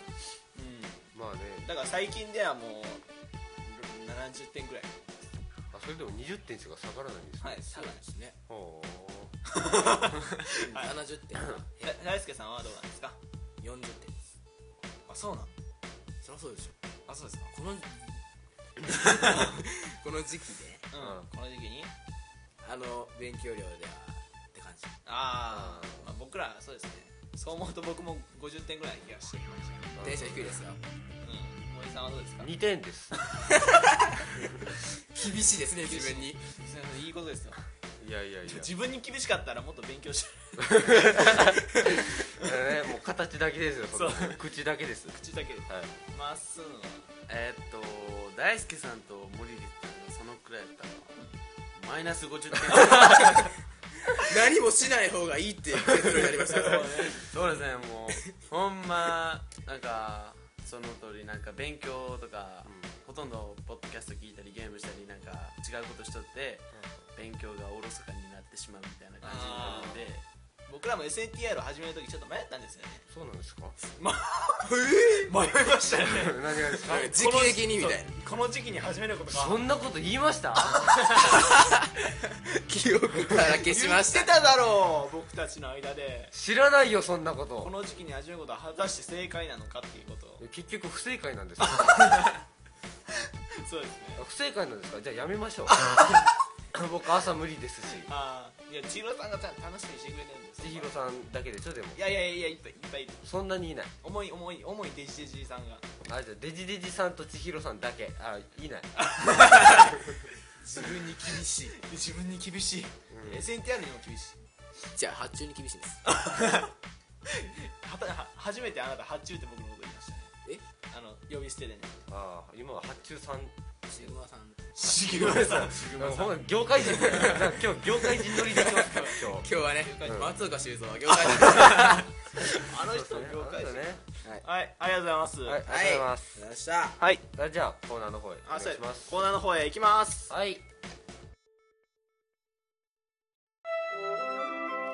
Speaker 2: まあね
Speaker 1: ん、だから最近ではもう70点ぐらい
Speaker 2: あそれでも20点しか下がらないんですね、
Speaker 1: はい下がる
Speaker 3: ですね
Speaker 2: ほ
Speaker 3: 70点か
Speaker 1: だ大輔さんはどうなんですか
Speaker 3: 40点です
Speaker 1: あそうなん
Speaker 3: そりゃそうでしょ
Speaker 1: あそうですか
Speaker 3: このこの時期で
Speaker 1: うん、
Speaker 2: うん
Speaker 1: この時期に
Speaker 3: あの勉強量ではって感じ
Speaker 1: あー、まあ僕らそうですねそう思うと僕も50点ぐらいな気がしてきました
Speaker 2: う
Speaker 3: テンション低いです
Speaker 1: う
Speaker 3: よ
Speaker 1: ん森さんはどうですか
Speaker 2: 2点です
Speaker 3: 厳しいですね自分に
Speaker 1: いいことですよ
Speaker 2: いやいやいや、
Speaker 1: 自分に厳しかったらもっと勉強し
Speaker 2: えーもう形だけですよその口だけです
Speaker 1: 口だけで
Speaker 2: はい
Speaker 1: まっすーのは
Speaker 4: えーっと大輔さんと森口さんがそのくらいやったらマイナス50点
Speaker 3: 何もしない方がいいっていう結論になりましたから
Speaker 4: そうですねもうほんまなんかその通りなんか勉強とか、ほとんどポッドキャスト聞いたりゲームしたりなんか違うことしとって、勉強がおろそかになってしまうみたいな感じになるんで
Speaker 1: 僕らも SNTR を始めるときちょっと迷ったんですよね
Speaker 2: そうなんですか
Speaker 1: 迷いま したよね
Speaker 2: 何がですか
Speaker 3: 時期的にみたいな
Speaker 1: この時期に始めることが
Speaker 2: そんなこと言いました
Speaker 3: 記憶から消しまし
Speaker 1: 言
Speaker 3: た
Speaker 1: ってただろう僕たちの間で
Speaker 2: 知らないよそんなこ
Speaker 1: ことの時期に始めることは果たして正解なのかっていうことを
Speaker 2: 結局不正解なん ですよ
Speaker 1: そうですね
Speaker 2: 不正解なんですかじゃあやめま しょう僕朝無理ですし
Speaker 1: ああいや千尋さんがちゃんと楽しみにしてくれてるんですよ
Speaker 2: 千尋さんだけでしょでも
Speaker 1: いやいやいやいっぱいいっぱいいる
Speaker 2: そんなにいない
Speaker 1: 重い重い重いデジデジさんが
Speaker 2: あじゃあデジデジさんと千尋さんだけあいない
Speaker 3: 自分に厳しい
Speaker 1: 自分に厳しい、
Speaker 2: うん
Speaker 1: SNTR にも厳しい
Speaker 3: じゃあ発注に厳しいんです
Speaker 1: はたは初めてあなた発注って僕のこと言いましたね
Speaker 3: え
Speaker 1: あの呼び捨てでね
Speaker 2: ああ今は発注さん
Speaker 3: シグマさん
Speaker 1: 重村さん
Speaker 2: ほんま業 界人みたいななんか今日業界人乗りできますから今日
Speaker 3: 今日はね
Speaker 2: うん
Speaker 3: 松岡修造は業界人
Speaker 1: あの人の業界
Speaker 2: そう
Speaker 1: 人
Speaker 2: ですね
Speaker 1: はいありがとうございます
Speaker 2: はいありがとうございます
Speaker 3: よっしゃ
Speaker 1: はい
Speaker 2: あじゃあコーナーの方へお願
Speaker 1: あ
Speaker 2: い
Speaker 1: そう
Speaker 2: し
Speaker 1: や
Speaker 2: ます
Speaker 1: コーナーの方へ行きます
Speaker 2: はい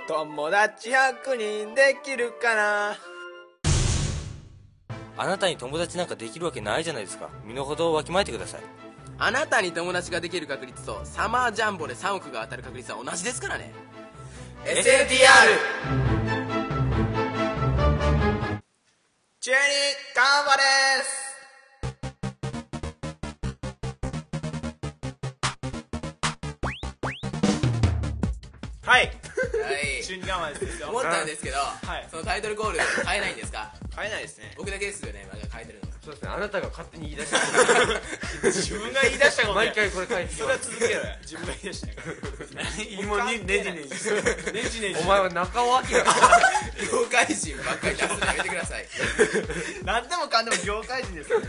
Speaker 1: 友達100人できるかな
Speaker 2: あなたに友達なんかできるわけないじゃないですか身の程をわきまえてください
Speaker 3: あなたに友達ができる確率とサマージャンボで3億が当たる確率は同じですからね SNTR
Speaker 1: 中に頑張れすはい
Speaker 3: はい
Speaker 1: 中に頑張れですです
Speaker 3: 思っ
Speaker 1: よ
Speaker 3: たんですけど、
Speaker 1: い
Speaker 3: そのタイトルコール変えないんです か
Speaker 1: 変えないですね
Speaker 3: 僕だけですよねまだ変えてるの
Speaker 2: そうですねあなたが勝手に言 い出したこ
Speaker 1: 自分が言い出したことと
Speaker 2: 毎回これ書いてき
Speaker 1: それは続けろよ自分が言い出したから
Speaker 4: 芋にねじねじして
Speaker 1: ねじね
Speaker 2: お前は中尾明だ
Speaker 3: 業界人ばっかり出すのやめてください
Speaker 1: じ何でもかんでも業界人ですよね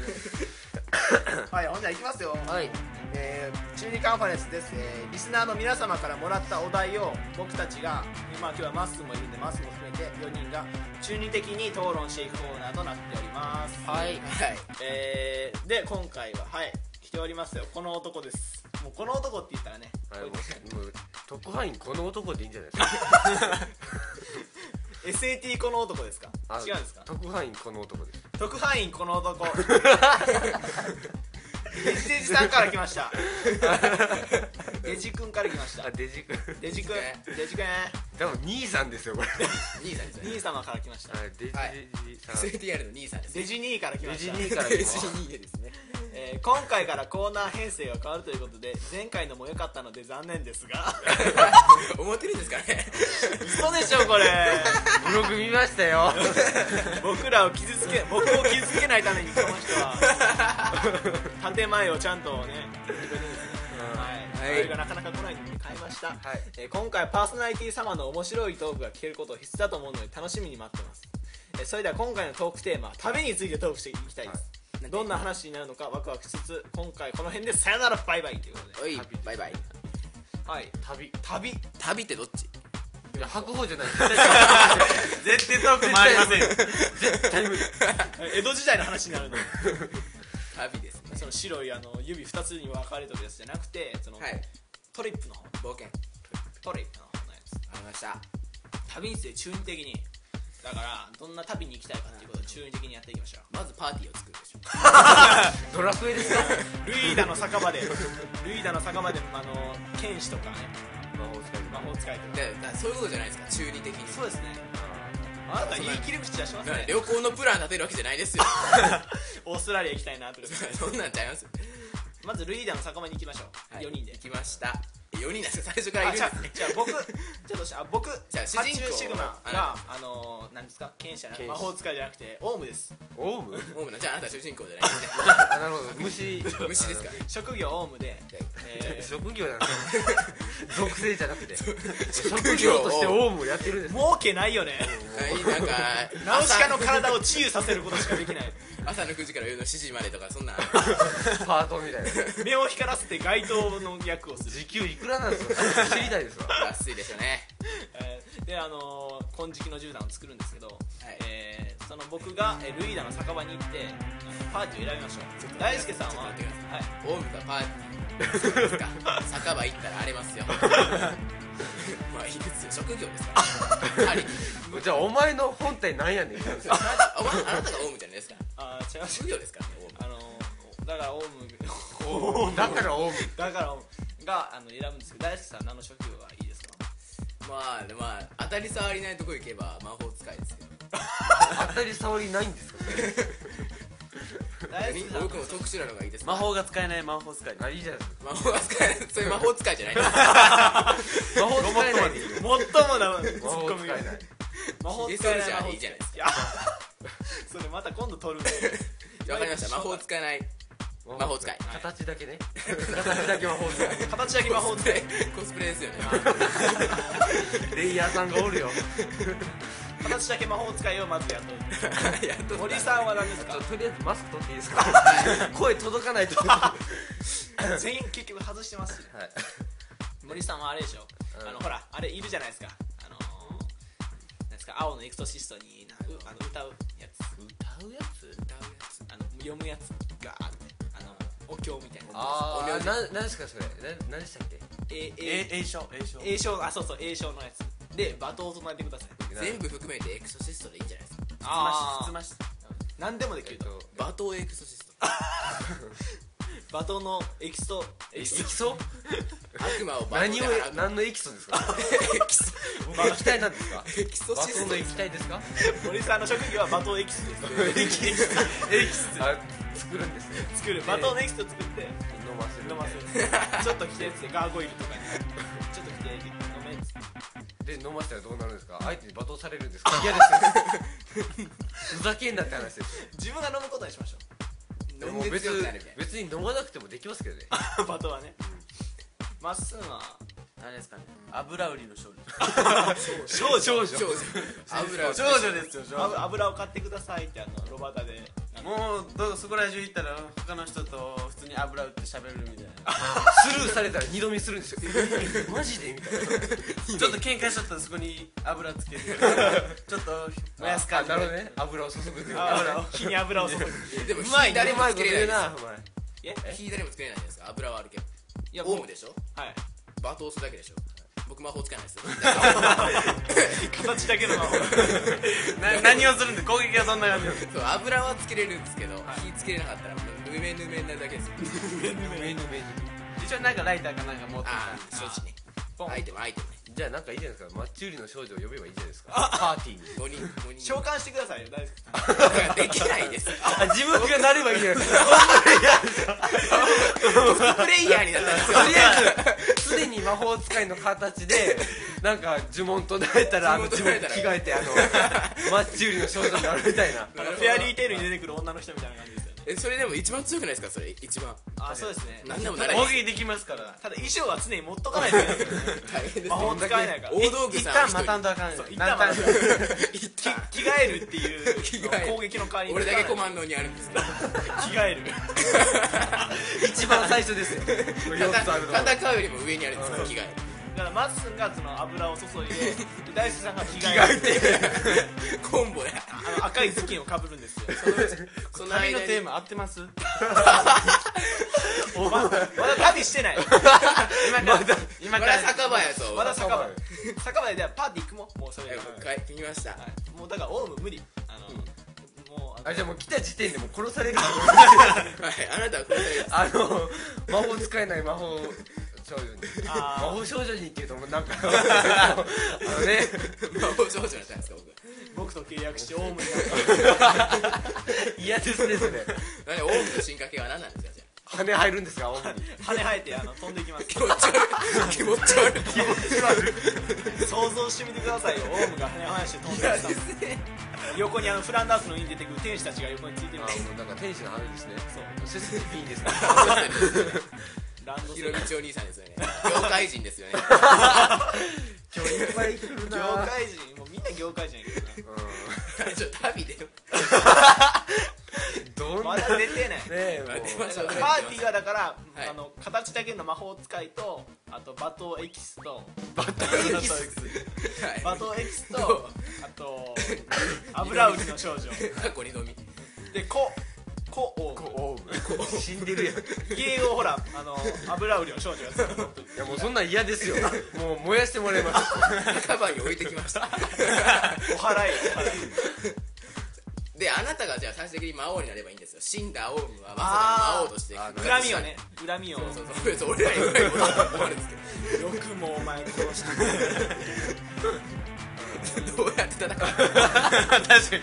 Speaker 1: はいほんじゃいきますよ
Speaker 2: はい
Speaker 1: えー、中二カンファレンスです、えーリスナーの皆様からもらったお題を僕たちが、まあ、今日はマッスンもいるんでマッスンも含めて4人が中二的に討論していくコーナーとなっております
Speaker 2: はい
Speaker 3: はい
Speaker 1: えー、で今回ははい来ておりますよこの男ですもうこの男って言ったらね
Speaker 2: はい
Speaker 1: こい
Speaker 2: も
Speaker 1: つ
Speaker 2: うもう特派員この男でいいんじゃないですか
Speaker 1: SAT この男ですか
Speaker 2: あ
Speaker 1: 違うんですか
Speaker 2: 特派員この男です
Speaker 1: 特派員この男デジデジさんから来ましたデジ君から来ました
Speaker 2: あデジ君
Speaker 1: デジ君デジ君
Speaker 2: 多分兄さんです よこれ
Speaker 3: 兄さんですよね
Speaker 1: 兄様から来ました
Speaker 2: はいデジデジさん、
Speaker 3: SNTR の兄さんです
Speaker 1: デジ兄から来ま
Speaker 2: デジ
Speaker 1: した
Speaker 2: 兄から
Speaker 3: デジ
Speaker 2: す
Speaker 3: 兄です ね
Speaker 1: えー今回からコーナー編成が変わるということで前回のも良かったので残念ですが
Speaker 3: 思ってるんですかね
Speaker 1: 嘘でしょこれ
Speaker 2: ブログ見ましたよ
Speaker 1: 僕らを傷つけ僕を傷つけないためにこの人は 建前をちゃんとねはい、
Speaker 3: はい
Speaker 1: それがなかなか来ないので変えました、
Speaker 2: はい
Speaker 1: えー今回はパーソナリティ様の面白いトークが聞けることを必須だと思うので楽しみに待ってます、えーそれでは今回のトークテーマ旅についてトークしていきたいです、どんな話になるのかワクワクしつつ今回この辺でさよならバイバイということで
Speaker 3: おいバイバイ
Speaker 1: はい
Speaker 4: 旅
Speaker 1: 旅
Speaker 3: 旅ってどっち
Speaker 4: いや白鵬じゃない絶対遠く回りません絶対無理
Speaker 1: 江戸時代の話になるの
Speaker 3: 旅ですね
Speaker 1: その白いあの指2つに分かれとるやつじゃなくてその、
Speaker 3: はい
Speaker 1: トリップの方
Speaker 3: 冒険
Speaker 1: トリップの方のやつ
Speaker 3: ありました
Speaker 1: 旅について中二的にだからどんな旅に行きたいかっていうことを中二的にやっていきましょう
Speaker 3: まずパーティーを作るでし ょ
Speaker 2: ドラクエですか
Speaker 1: ルイーダの酒場でルイーダの酒場であの剣士とかね
Speaker 2: 魔法使い
Speaker 1: 魔法使いとか
Speaker 3: だからだからそういうことじゃないですか中二的に
Speaker 1: そうですねあなた言い切り口出します
Speaker 3: だから
Speaker 1: ね
Speaker 3: 旅行のプラン立てるわけじゃないです よ
Speaker 1: オーストラリア行きたいなとか
Speaker 3: そんなんちゃいますよ
Speaker 1: まずルイーダの酒場に行きましょう、
Speaker 3: はい
Speaker 1: 4人で
Speaker 3: 行きましたえ4人なんですか最初からい
Speaker 1: あ
Speaker 3: るん
Speaker 1: じ
Speaker 3: で
Speaker 1: ゃあ
Speaker 3: すね
Speaker 1: じゃあ僕ちょっとしあ僕
Speaker 3: じゃあ主
Speaker 1: 発
Speaker 3: 人公
Speaker 1: 注シグマ
Speaker 3: あ
Speaker 1: があのー、なんですか剣士じゃなく
Speaker 2: 剣士
Speaker 1: 魔法使いじゃなくてオウムです
Speaker 2: オウム
Speaker 3: もうなじゃああなた主人公じゃないですね
Speaker 2: あ なるほど虫
Speaker 3: 虫ですか
Speaker 1: 職業オウムで、えー
Speaker 2: 職業なんですよ 属性じゃなくて職
Speaker 3: 職
Speaker 2: 業
Speaker 3: 業
Speaker 2: としてオウムをやってるんです
Speaker 1: 儲けないよね
Speaker 3: はいなんか
Speaker 1: ナウシカの
Speaker 3: 朝
Speaker 1: 体を治癒させることしかできない
Speaker 3: 朝の9時から夜の7時までとかそんな
Speaker 2: パートみたいな
Speaker 1: 目を光らせて街頭の役をする、
Speaker 2: 時給いくらなんですか知りたいですわ
Speaker 3: 安いですよね
Speaker 1: えーであのー金色の銃弾を作るんですけど、
Speaker 3: い
Speaker 1: えーその僕がえールイーダの酒場に行ってあのパーティーを選びましょう大輔さんは、は
Speaker 3: ちょっと待って
Speaker 1: い、
Speaker 3: くだオウムがパーティーそうですか酒場行ったら荒れますよまあいいですよ職業ですから狩りに
Speaker 2: じゃあお前の本体なんやねんって話
Speaker 3: あお前あなたがオウムじゃないですか
Speaker 1: あー違います
Speaker 3: 職業ですからねオウム
Speaker 1: あのーだ からオウム
Speaker 2: だからオウム
Speaker 1: だからオウムがあの選ぶんですけど大輔さんは何の職業がいいですか
Speaker 3: まあでもまあ当たり障りないとこ行けば魔法使いですよ
Speaker 2: 当たり障りないんですか
Speaker 1: 大輔さん
Speaker 3: 僕も特殊なのがいいです
Speaker 4: 魔法が使えない魔法使い
Speaker 2: あいいじゃないです
Speaker 3: 魔法が使えないそういう魔法使いじゃないです
Speaker 2: か魔法使えないでいいよ
Speaker 1: 最もなツ
Speaker 2: 魔
Speaker 1: ッ
Speaker 2: 法
Speaker 1: コ
Speaker 2: 使
Speaker 1: ミ
Speaker 2: え
Speaker 1: が
Speaker 2: ない
Speaker 1: 魔法
Speaker 3: ヒゲ
Speaker 1: 使
Speaker 3: 剃
Speaker 1: え
Speaker 3: る
Speaker 1: ない
Speaker 3: じ
Speaker 1: 魔
Speaker 3: ゃ
Speaker 1: 法
Speaker 3: いいじゃないです
Speaker 1: かそれまた今度撮るね
Speaker 3: かわかりました魔法使えない魔法使い
Speaker 2: 形だけね形だけ魔法使い
Speaker 1: 形だけ魔法使い
Speaker 3: コスプレですよね
Speaker 2: レイヤーさんがおるよ
Speaker 1: 形だけ魔法使いをまずやっといて
Speaker 3: やっとった
Speaker 1: 森さんは何です
Speaker 2: ちょ
Speaker 1: か
Speaker 2: とりあえずマスク取っていいですか 声届かないと
Speaker 1: 全員結局外してますしね
Speaker 2: はい
Speaker 1: 森さんはあれでしょ
Speaker 2: うん
Speaker 1: あのほらあれいるじゃないですかあのーなんですか青のエクソシストになうあの歌うやつ
Speaker 3: 歌うやつ歌うやつ
Speaker 1: あの読むやつがあってあのお経みたいな
Speaker 2: あ
Speaker 3: お料
Speaker 2: あ
Speaker 3: 理
Speaker 2: な何ですかそれな何でしたっけ
Speaker 1: え
Speaker 4: え
Speaker 1: え
Speaker 4: 栄翔栄翔
Speaker 1: 栄唱あそうそう栄唱のやつで罵倒を唱えてください
Speaker 3: 全部含めてエクソシストでいいんじゃないですか
Speaker 4: つ
Speaker 1: ー
Speaker 4: ましつまし
Speaker 1: 何でもで
Speaker 2: え
Speaker 1: き
Speaker 2: っ
Speaker 1: る
Speaker 2: と
Speaker 1: と
Speaker 3: 罵倒エクソシスト
Speaker 1: 罵倒のエキスト
Speaker 2: エキソ
Speaker 3: 悪魔を罵倒
Speaker 2: 何
Speaker 3: で
Speaker 2: を
Speaker 3: 払う
Speaker 2: 何のエキソですか
Speaker 3: エキソ
Speaker 2: 液体なんですか
Speaker 3: エキソ
Speaker 2: バ
Speaker 3: シ
Speaker 2: ト
Speaker 3: ス
Speaker 2: ン
Speaker 3: ト
Speaker 2: の液体ですか
Speaker 1: 森さんの職業は罵倒エキスです
Speaker 2: エキスあ作るんですね
Speaker 1: 作る罵倒のエキスト作って
Speaker 2: 飲ませる
Speaker 1: 飲ませるちょっと着てっつってガーゴイルとかにちょっと着て飲めっつって
Speaker 2: で飲ませたらどうなるんですか相手に罵倒されるんですか嫌ですよふざけんなって話ですよ
Speaker 1: 自分が飲むことにしましょ
Speaker 2: で
Speaker 3: 飲ん
Speaker 2: も
Speaker 3: で
Speaker 2: 別
Speaker 3: 強くなるみたいな
Speaker 2: 別に飲まなくてもできますけどね
Speaker 1: う罵倒はねまっすーは
Speaker 4: たあれですかね油売りの少女
Speaker 1: 少女
Speaker 3: 少女油を
Speaker 4: 少女ですよ少女
Speaker 1: あ油を買ってくださいってあのロバタであの
Speaker 4: もうどそこら中行ったら他の人と普通に油売って喋るみたい
Speaker 2: スルーされたら二度見するんですよマジでみたいな
Speaker 4: なちょっと喧嘩しちゃったらそこに油つけてちょっと燃やすか
Speaker 2: あなるほどね油を注ぐっていうか
Speaker 1: 油を火に油を注ぐ
Speaker 3: でも
Speaker 2: うまい
Speaker 3: 火
Speaker 2: 誰
Speaker 3: 誰
Speaker 2: もう
Speaker 3: も
Speaker 2: まい
Speaker 3: つ
Speaker 2: こと
Speaker 3: け
Speaker 2: 言
Speaker 3: れないうで
Speaker 2: なお前
Speaker 1: え
Speaker 3: す火誰もつけれないじゃないですか油はあるけど
Speaker 1: いや
Speaker 3: オウムでしょ
Speaker 1: はい
Speaker 3: 罵倒するだけでしょ僕魔法使えないですよ
Speaker 1: 形だけの魔法
Speaker 4: な何をするんで攻撃はそんな感じです
Speaker 3: そう油はつけれるんですけど
Speaker 1: い
Speaker 3: 火つけれなかったらもうぬめぬめになるだけですよ
Speaker 2: 上の上に
Speaker 4: 一応なんかライターかなんか持って
Speaker 3: ああ
Speaker 1: ー
Speaker 3: 承知ね
Speaker 1: ポン
Speaker 3: アイテムアイテムね
Speaker 2: じゃあなんかいいじゃないですかマッチ売りの少女を呼べばいいじゃないですかパーティーに
Speaker 3: 5人5人
Speaker 1: 召喚してくださいよ大好きさん
Speaker 3: できない ですよ
Speaker 2: あ自分がなればいいじゃないです か
Speaker 3: プレイヤーになったんですよ
Speaker 2: とりあえず常に魔法使いの形でなんか呪文唱えたらあの
Speaker 3: 呪
Speaker 2: 呪
Speaker 3: 文
Speaker 2: 文
Speaker 3: 唱えたら
Speaker 2: 着 替えてあのマッチ売りの少女になるみたいな
Speaker 1: あのフェアリーテイルに出てくる女の人みたいな感じですよね
Speaker 3: えそれでも一番強くないですかそれ一番
Speaker 1: あそうですね
Speaker 3: 何でもなら
Speaker 4: 攻撃できますから
Speaker 1: ただ衣装は常に持っとかないといけないですよね
Speaker 3: 大変で す
Speaker 1: 魔法使え ないから
Speaker 3: 大道具
Speaker 4: 一
Speaker 3: さん
Speaker 4: 旦
Speaker 3: 一
Speaker 4: 待たん
Speaker 3: 人
Speaker 4: とあかんね
Speaker 1: そう一
Speaker 4: な
Speaker 1: 旦
Speaker 4: ん か
Speaker 1: まず
Speaker 3: 一
Speaker 1: き
Speaker 3: 旦
Speaker 1: 着替えるっていう
Speaker 3: 替える
Speaker 1: 攻撃の代わりに
Speaker 3: 俺だけ
Speaker 1: 困
Speaker 3: コマンドにあるんですか
Speaker 1: 着替える
Speaker 2: 一番最初ですよ4つあるのは
Speaker 3: 戦うよりも上にあるんですか着替
Speaker 1: だからマッスンがその油を注いでで大輔さんが着替える
Speaker 3: え コンボや
Speaker 1: あの赤い頭巾をかぶるんですよ
Speaker 3: その間
Speaker 4: 旅
Speaker 3: に
Speaker 4: のテーマ合ってます
Speaker 1: ままだ旅してない
Speaker 4: 今から
Speaker 3: ま
Speaker 4: 今か
Speaker 3: だ
Speaker 4: ら
Speaker 3: 酒場やと
Speaker 1: まだ酒場酒場でではパーティー行くもんもうそれ
Speaker 3: え
Speaker 1: で
Speaker 3: もう帰ってきました
Speaker 1: はいもうだからオウム無理あのもうあ
Speaker 2: あ
Speaker 1: の
Speaker 2: じゃあもう来た時点でもう殺 される
Speaker 3: はいあなたはこれです
Speaker 2: あの魔法使えない魔法少女に魔
Speaker 1: あー
Speaker 2: 法少女にっていうともうなんか あのね
Speaker 3: 魔法少女になったんですか
Speaker 1: 僕
Speaker 3: 僕
Speaker 1: と契約してオウムになる
Speaker 2: 嫌ですねそれ
Speaker 3: なんでオウムの進化系は何なんですかじゃ
Speaker 2: 羽入るんですか主に
Speaker 1: 羽生えてあの飛んでいきます
Speaker 3: あ気持ち悪い気持ち悪い
Speaker 1: 想像してみてくださいよオウムが羽生やして飛んでいきます横にあのフランダースの海に出てくる天使たちが横について
Speaker 2: あ
Speaker 1: ます
Speaker 2: もうなんか天使の羽ですね
Speaker 1: そう
Speaker 2: 背筋いいん ですね
Speaker 1: ランドセ
Speaker 3: ひ
Speaker 1: ル
Speaker 3: ろみちお兄さんですよね業界人ですよね
Speaker 2: 今日いっぱい来るな
Speaker 1: 業界人もうみんな業界人やけどね
Speaker 3: ちょっと旅で
Speaker 2: どんな
Speaker 1: まだ出てない
Speaker 2: ねえもう
Speaker 3: 待ってまし
Speaker 1: パ
Speaker 3: ょう
Speaker 1: ーティーはだから、
Speaker 3: はい
Speaker 1: あの形だけの魔法使いとあと馬頭エキスと
Speaker 2: バッタ
Speaker 1: バ
Speaker 2: ー
Speaker 1: 馬頭エキスとあと油売りの少女
Speaker 3: 過去2度見
Speaker 1: でココオウム
Speaker 2: オウム死んでるやんい
Speaker 1: ゲーをほらあの油売りの少女が使うの
Speaker 2: やもうそんなん嫌ですよもう燃やしてもら います
Speaker 3: カバーに置いてきました
Speaker 1: お祓いお祓い
Speaker 3: であなたがじゃあ最終的に魔王になればいいんですよ死んだオウムはまさかの魔王として
Speaker 2: あー
Speaker 3: 復
Speaker 1: 恨
Speaker 3: 活し
Speaker 1: み
Speaker 3: た
Speaker 1: をね恨みを
Speaker 3: そうそうそう別に俺らに恨みは困るんですけど
Speaker 1: よくもお前殺した
Speaker 3: どうやって戦う確かに とりあえず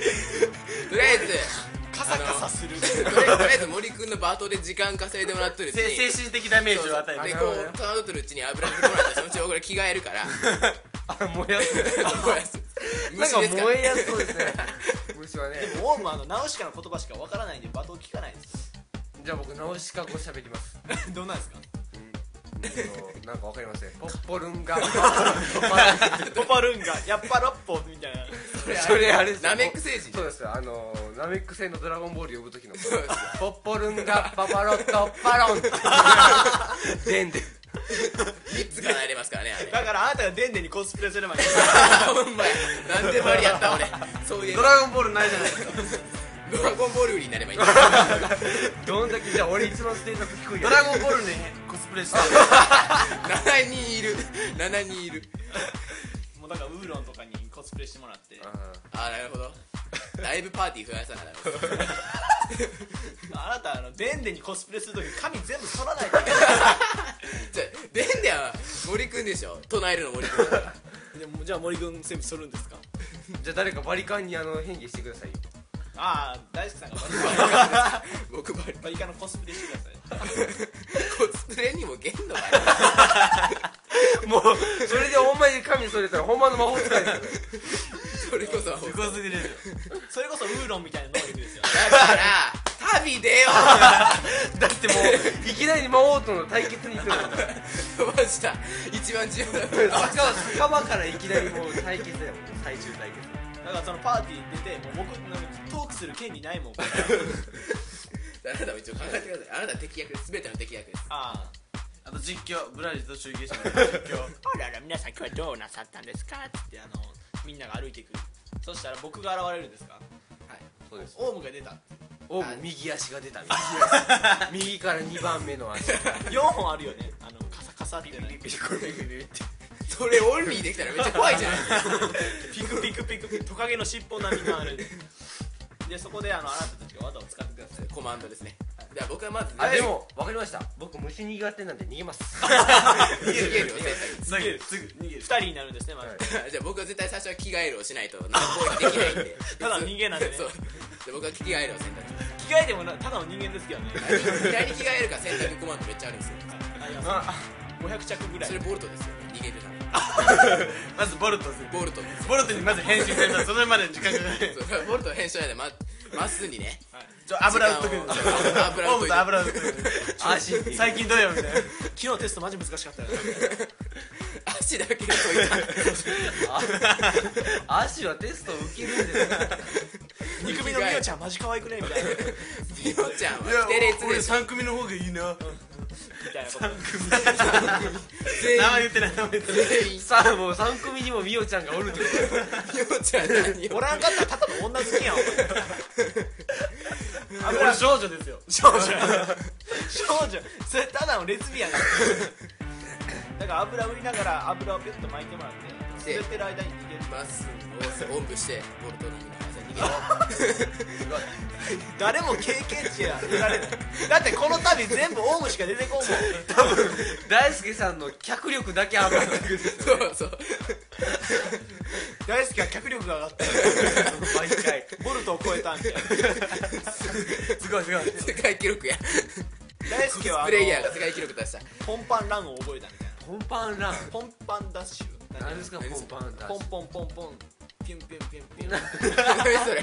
Speaker 1: カサカサする
Speaker 3: とりあえずとりあえず森君のバートで時間稼いでもらっとるうち
Speaker 4: せ
Speaker 3: に
Speaker 4: 精神的ダメー
Speaker 3: そう
Speaker 4: ジ
Speaker 3: そ
Speaker 4: を
Speaker 3: う
Speaker 4: 与え
Speaker 3: で
Speaker 4: て
Speaker 3: こうトラウトるうちに油振ってもらったらそのうち俺着替えるから
Speaker 2: あ燃やす
Speaker 3: こうやって
Speaker 2: なんか
Speaker 3: 虫ですから
Speaker 2: 燃えやすそうです ね虫はね
Speaker 1: オウムはあのナウシカの言葉しかわからないんで罵倒聞かないです
Speaker 2: じゃあ僕ナウシカ語喋ります
Speaker 1: どうなん ですか
Speaker 2: うんなんかわかりませんポッポルンガ
Speaker 1: ポパルンガやっぱラッポみたいな
Speaker 2: それあれですよ
Speaker 3: ナメック星人
Speaker 2: そうですよあのナメック星のドラゴンボール呼ぶ時のポッポルンガパパロットパロン でんでん
Speaker 3: 3つ叶えれますからねあ れ
Speaker 1: だからあなたがデンデンにコスプレすればいい
Speaker 3: ほんまや何でもありやった俺そういえ
Speaker 4: ド
Speaker 3: ば
Speaker 4: ラゴンボールないじゃないですか
Speaker 3: ドラゴンボール売りになればいいんだ
Speaker 2: どんだけじゃあ俺一番ステータス低い
Speaker 4: ド
Speaker 2: や
Speaker 4: ラゴンボールねコスプレしてる
Speaker 3: 7人いる7人いる
Speaker 1: もうだからウーロンとかにコスプレしてもらってあ
Speaker 3: ああなるほどだいぶパーティー増やさなあかん
Speaker 1: なたあのデンデンにコスプレするとき髪全部剃らないといけな
Speaker 3: じゃあでんでは森くんでしょ唱えるの森くん
Speaker 1: いでもじゃあ森君全部剃るんですか
Speaker 2: じゃあ誰かバリカンにあの変化してくださいよ
Speaker 1: ああ大輔さんがバリ
Speaker 3: 僕バリ
Speaker 1: バリカのコスプレしてください
Speaker 3: コスプレにも限度があ
Speaker 2: もうそれでほんまに神それたらほんまの魔法使いですよ
Speaker 3: るそれこそだか
Speaker 4: すごすぎるでし
Speaker 1: それこそウーロンみたいな能力ですよ
Speaker 3: ら旅でよ
Speaker 2: だってもういきなり魔王との対決に行くのに
Speaker 3: マジだ一番重要な
Speaker 2: 酒場酒場からいきなりもう対決だよ最終対決
Speaker 1: だからそのパーティーに出てもう僕なんかトークする権利ないもん
Speaker 3: あなたも一応考えてくださいあなた敵役です全ての敵役です
Speaker 1: あ
Speaker 4: ょあと実況ブラジルと中継者の実況
Speaker 1: あらら皆さん今日はどうなさったんですかってあのみんなが歩いてくるそしたら僕が現れるんです か
Speaker 2: そうです
Speaker 1: オウムが出た
Speaker 2: お右足が出た右から2番目の足
Speaker 1: 4本あるよねあのカサカサってなピ
Speaker 3: それオンリーできたらめっちゃ怖いじゃないですか
Speaker 1: クピクピクピクトカゲの尻尾並みがあるでそこであのあなたたちが技を使ってください
Speaker 3: コマンドですねじゃあ僕はまず
Speaker 2: あでも分かりました僕虫苦手なんで逃げます
Speaker 3: 逃げるよ絶
Speaker 4: すぐすぐ逃げる
Speaker 1: 2人になるんですねまず、
Speaker 2: はい
Speaker 3: 対じゃあ僕は絶対最初は着替えるをしないと何もできないんで
Speaker 1: ただの人間なんでね
Speaker 3: そうじゃあ僕は着替えるを選択します
Speaker 1: 着替えてもなただの人間ですけどね
Speaker 3: 左に着替えるか選択コマンドめっちゃあるんですよ
Speaker 1: あいや
Speaker 2: あ
Speaker 1: 500着ぐらい
Speaker 3: それボルトですよ逃げるな
Speaker 4: まずボルトする
Speaker 3: ボルトです
Speaker 4: ボルトにまず変身するんだそれまでの時間がない
Speaker 3: そうボルトの編集内でままっすぐにね
Speaker 1: はい
Speaker 4: ちょ油売っとくんですよ
Speaker 3: 油
Speaker 4: オウ
Speaker 3: をと
Speaker 4: ム
Speaker 3: いて
Speaker 4: と油売っとくんで
Speaker 1: 足っていう
Speaker 4: 最近どうよみたいな
Speaker 1: 昨日テストマジ難しかったよ
Speaker 3: 足だけといた
Speaker 2: 足はテスト受けるんですよ
Speaker 1: 肉 みのみおちゃんマジ可愛くねみたいな
Speaker 3: みおちゃんはキテレツでしょ
Speaker 4: 3組の方がいいな
Speaker 1: みたいなこと
Speaker 3: 全員
Speaker 4: 名前言ってない名前言ってない
Speaker 3: 全員
Speaker 2: さあもう3組にもみおちゃんがおるってこと
Speaker 3: みおちゃん何
Speaker 1: お
Speaker 3: を
Speaker 1: らんかったらただの女好きやんお前
Speaker 4: 俺少女ですよ
Speaker 1: 少女少女それただのレズビアンやだから油売りながら油をピュッと巻いてもらって
Speaker 3: で
Speaker 1: 滑ってる間に逃げる
Speaker 3: まっすぐおんぶしてボルトに逃げ
Speaker 1: 誰も経験値や得られないだってこの度全部オウムしか出てこんもん
Speaker 2: 大輔さんの脚力だけ上がってくるんですよ
Speaker 3: ろうそうそう
Speaker 1: 大好きは脚力が上がった
Speaker 2: 毎回
Speaker 1: ボルトを超えたみたいな
Speaker 4: すごいすごい
Speaker 3: 世界記録や
Speaker 1: 大好きはあ
Speaker 3: プレイヤーが
Speaker 1: の
Speaker 3: 世界記録出した
Speaker 1: ポンパンランを覚えたみたい
Speaker 2: 本番ラン
Speaker 1: なポンパンダッシュ
Speaker 2: 何ですか
Speaker 3: 何です
Speaker 2: 本番ラン
Speaker 1: ポンポンポンポンピュンピュンピュンピュン
Speaker 3: 何それ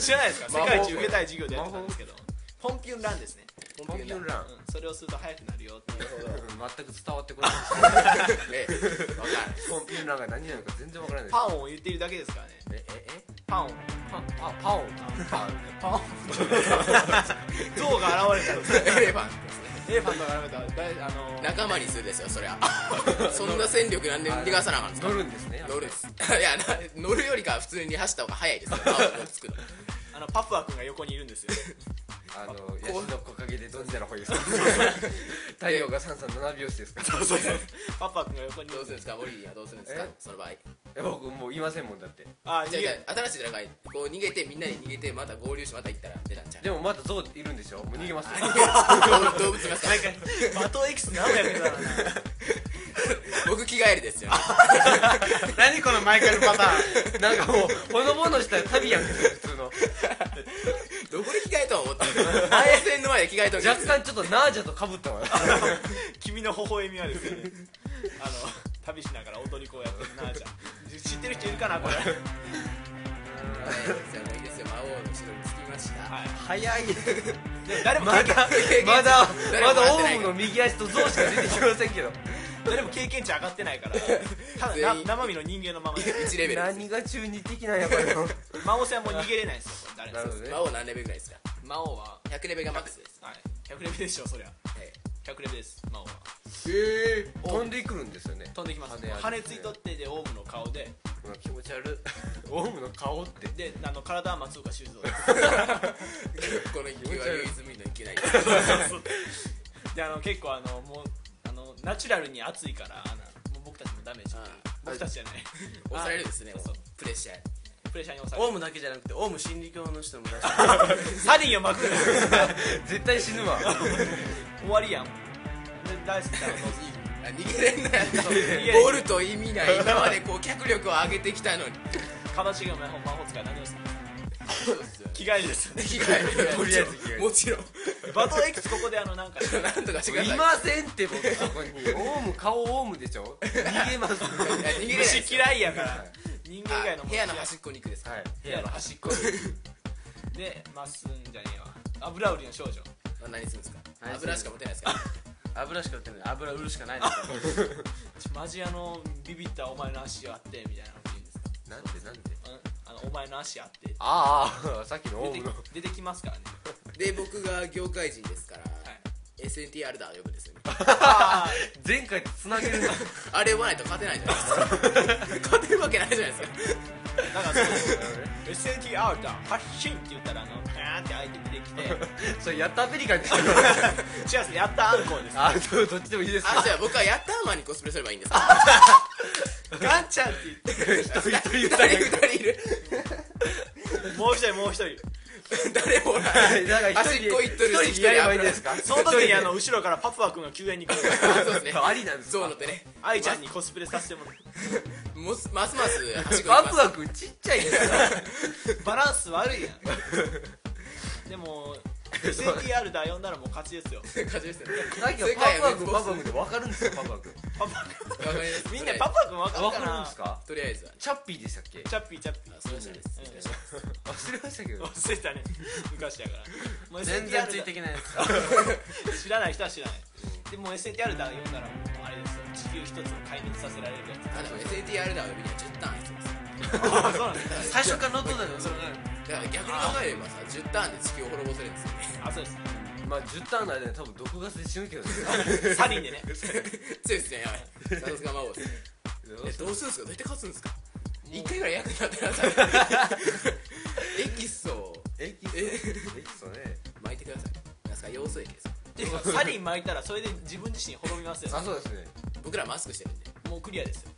Speaker 1: 知らないですか世
Speaker 3: 魔法
Speaker 1: 界一受けたい授業でやってたんですけどポンピュンランですね
Speaker 2: ポンピュンラン
Speaker 1: うんそれをすると速くなるよっていう
Speaker 2: 全く伝わってこない
Speaker 3: ええわかる
Speaker 2: ポンピュンランが何なのか全然わからないです
Speaker 1: パンを言っているだけですからね
Speaker 2: えええ
Speaker 1: パンを
Speaker 2: パあパオンパン
Speaker 1: パンを象が現れたんですよ
Speaker 3: エレファン
Speaker 1: エレファントが現れただいあのー
Speaker 3: 仲間にするですよそりゃ そんな戦力なんで逃がさなあかんですか
Speaker 2: 乗るんですね
Speaker 3: 乗るです いやな乗るよりかは普通に走った方が早い ですよパワーがつくの
Speaker 1: あのパプア君が横にいるんですよ
Speaker 2: あのヤシの木陰でどんじゃらほ いですか太陽が三三七拍子ですか
Speaker 1: パプア君が横にい
Speaker 3: ど
Speaker 1: る
Speaker 3: うするんですかオリーはどうするんですか
Speaker 2: え
Speaker 3: その場合
Speaker 2: え僕もういませんもんだって
Speaker 1: あ
Speaker 3: じゃ
Speaker 1: 逃げ
Speaker 3: あじゃあ新しい戦いこう逃げてみんなに逃げてまた合流してまた行ったら出た んちゃう
Speaker 2: でもまだゾウいるんでしょもう逃げますよ
Speaker 3: 動動物いますから
Speaker 1: バトエキス何もやめたらな
Speaker 3: 僕着替えるですよ
Speaker 4: 何このマイカルパター ン
Speaker 2: なんかもうほのぼのした旅 やんけ普通の
Speaker 3: どこで着替えとは 思ったの前線の前で着替えとんです
Speaker 2: 若
Speaker 3: よ
Speaker 2: 干ちょっとナージャとかぶ ったわ
Speaker 1: 君の微笑みはですねあの旅しながら踊り子をやってるなあちゃん知ってる人いるかなこれ
Speaker 3: はいじゃあもういいですよ魔王の後ろに着きました
Speaker 1: はい
Speaker 2: 早い
Speaker 1: 誰も
Speaker 2: まだ まだ
Speaker 3: 誰も
Speaker 2: まだ
Speaker 3: 回っ
Speaker 2: オ
Speaker 3: てない
Speaker 2: ウムの右足とゾウしか出てきませんけど
Speaker 1: 誰も経験値上がってない からただ
Speaker 3: 全
Speaker 1: な
Speaker 3: 員
Speaker 1: 生身の人間のままで
Speaker 3: 1レベルで
Speaker 2: 何が中二的なんやこ れは
Speaker 1: 魔王戦はもう逃げれないですよこれ誰も
Speaker 2: なるほど
Speaker 3: す
Speaker 2: ね
Speaker 3: 魔王何レベルぐらいですか
Speaker 1: 魔王は、
Speaker 3: 100レベルがマックスです
Speaker 1: はい、100レベルでしょそりゃ
Speaker 3: え
Speaker 1: 100レベルです魔王は
Speaker 2: ええ飛んでくるんですよね
Speaker 1: 飛んできます
Speaker 2: 羽ある
Speaker 1: 羽ついとってでオウムの顔で
Speaker 2: うわ気持ち悪い オウムの顔って
Speaker 1: であの体は松岡修造 です
Speaker 3: え この勢いは唯一無二の勢いだけ
Speaker 1: であの結構あのもうあのナチュラルに熱いからあのもう僕たちもダメージ
Speaker 3: うん
Speaker 1: 僕たちじゃない
Speaker 3: 押されるですね
Speaker 1: そうそう
Speaker 3: もうプレッシャー
Speaker 1: プレッシャーに押され
Speaker 4: オウ
Speaker 1: る
Speaker 4: ムだけじゃなくてオウム心理教の人も出して
Speaker 1: サリンを 巻く
Speaker 2: 絶対死ぬわ
Speaker 1: 終わりやんで大好きだろ
Speaker 3: あ逃げれんなや
Speaker 1: い
Speaker 3: ボルト意味ない今までこう脚力を上げてきた のに
Speaker 1: 悲しげも魔法魔法使い何でもする
Speaker 3: そうですよ
Speaker 1: 着替えるですよね
Speaker 3: 着替える
Speaker 2: とりあえず着替える
Speaker 3: もちろんも
Speaker 1: バトエキスここであのなん か
Speaker 3: ちろんなんとかしてく ださい
Speaker 2: いませんって僕そこにオウム顔オウムでし ょ逃げます
Speaker 3: いや逃げれないですよ
Speaker 1: 虫嫌いやから人間以外の
Speaker 3: あ
Speaker 1: も
Speaker 3: 部屋の端っこに行くですか
Speaker 2: はい
Speaker 1: 部屋の端っこでまっすんじゃねえわ油売りの少女
Speaker 3: あ何するんですか
Speaker 4: 何する
Speaker 3: 油しか持てないですか
Speaker 4: 油しか売ってない油売るしかないんですよ
Speaker 1: マジあのビビったお前の足あってみたいなの言うんですか
Speaker 2: なんでなんで
Speaker 1: うんあのお前の足あって
Speaker 2: ああさっきのオウ
Speaker 1: 出て
Speaker 2: ムの
Speaker 1: 出てきますからね
Speaker 3: で僕が業界人ですから
Speaker 1: はい
Speaker 3: SNTR だ呼ぶんですよ
Speaker 1: ああ
Speaker 2: 前回とつなげるな
Speaker 3: あれ呼ばないと勝てないじゃないですか勝てるわけないじゃないですか
Speaker 1: だ からそう SNTR だ発進って言ったらあのカーンって相手出てきて
Speaker 2: それやったアメリカンでしょ
Speaker 1: 違うんですやったアンコウです
Speaker 2: あそうどっちでもいいです
Speaker 3: あ
Speaker 2: か
Speaker 3: じゃあ僕はヤッターマンにコスプレすればいいんですか
Speaker 1: ガンちゃんって言っ
Speaker 2: 一人一人言っ
Speaker 3: 誰二人いる
Speaker 1: てもう一人もう一人
Speaker 3: 誰もおらない
Speaker 2: たら
Speaker 3: 端っこ行っとるし
Speaker 2: 一人やればいいですか
Speaker 1: その時にあの 後ろからパプア君が救援に来るから
Speaker 3: そうですね
Speaker 2: ありなんです
Speaker 3: ゾウ
Speaker 2: か
Speaker 3: の手ね
Speaker 1: 愛ちゃんにコスプレさせてもらう
Speaker 3: もすますます端っこ行
Speaker 2: ワ
Speaker 3: きま
Speaker 2: ク
Speaker 3: す
Speaker 2: ワクちっちゃいですか
Speaker 1: バランス悪いやんでも SNDR 第4ならもう勝ちですよ
Speaker 3: 感じですよね
Speaker 2: さっきの
Speaker 3: 世
Speaker 2: パ
Speaker 3: 界
Speaker 2: パ
Speaker 3: は
Speaker 2: 君パ
Speaker 3: 滅亡
Speaker 2: パ君で分かるんですかパパ君
Speaker 1: パパ
Speaker 3: わかります
Speaker 1: みんなパパ君分かる
Speaker 2: 分
Speaker 1: か
Speaker 2: かるん
Speaker 1: な
Speaker 2: ですか
Speaker 3: とりあえずは
Speaker 2: チャッピーでしたっけ
Speaker 1: チャッピーチャッピー
Speaker 3: それは知らないです
Speaker 2: 忘れましたけど
Speaker 1: 忘れたね昔やからもう
Speaker 4: 全
Speaker 1: SNDR
Speaker 4: 然
Speaker 1: だ
Speaker 4: ついていけないです
Speaker 1: 知らない人は知らないでも SNDR だ読んだらもうあれですよ地球一つを壊滅させられるや
Speaker 3: あでも SATR だわみんな10ターンいってます
Speaker 1: つあそうなんですか
Speaker 4: 最初から乗っとったのそれ
Speaker 3: だから逆に考えればさ10ターンで地球を滅ぼせるんですよね
Speaker 1: あそうです
Speaker 2: まあ10ターンの間に多分毒ガスで死ぬけど ね
Speaker 1: サリンでね
Speaker 3: 強いですねやばいさすが魔王ですねえどうするんですかどうやって勝つんですか一回ぐらい役に立ってくださいエキスを
Speaker 2: エキス
Speaker 3: え
Speaker 2: エキスをね
Speaker 3: 巻いてくださいなんすか要素液です
Speaker 1: っていうかサリン巻いたらそれで自分自身滅びますよ
Speaker 2: あそうですね
Speaker 3: 僕らマスクしてるんで
Speaker 1: もうクリアですよ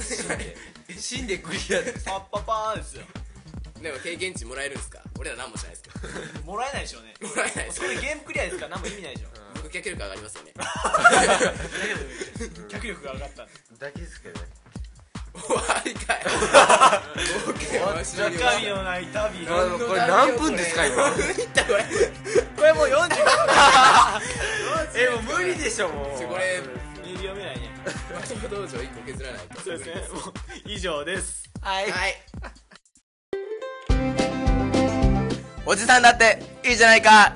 Speaker 2: 死んで死んでクリアです
Speaker 1: パッパパーですよ
Speaker 3: でも経験値もらえるんですか俺ら何もしないですけど
Speaker 1: もらえないでしょうね
Speaker 3: もらえないです
Speaker 1: それゲームクリアですから何も意味ないでしょ
Speaker 3: 僕脚力上がりますよね
Speaker 1: 脚力が上がったんで
Speaker 2: だけですけどね
Speaker 3: 終わりかい OK わし終
Speaker 1: 中
Speaker 3: わ
Speaker 1: 身
Speaker 3: り
Speaker 1: のない旅
Speaker 2: あのこれ何分ですか今
Speaker 3: これ
Speaker 1: これもう45
Speaker 2: えもう無理でしょもう
Speaker 3: これ
Speaker 1: 分読めないね
Speaker 3: 道場1個削らないと
Speaker 1: そうですねもう以上です
Speaker 2: はい
Speaker 3: はいおじさんだっていいじゃないか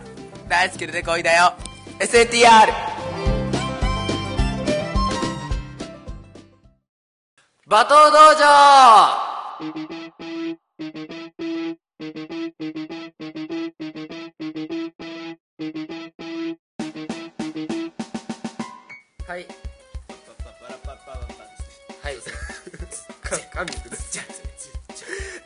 Speaker 3: 大好きでこいだよ SATR
Speaker 2: 馬頭道場
Speaker 1: パッパパラパッパ
Speaker 2: はい
Speaker 1: パッパですね
Speaker 2: はい神くだ
Speaker 3: じゃ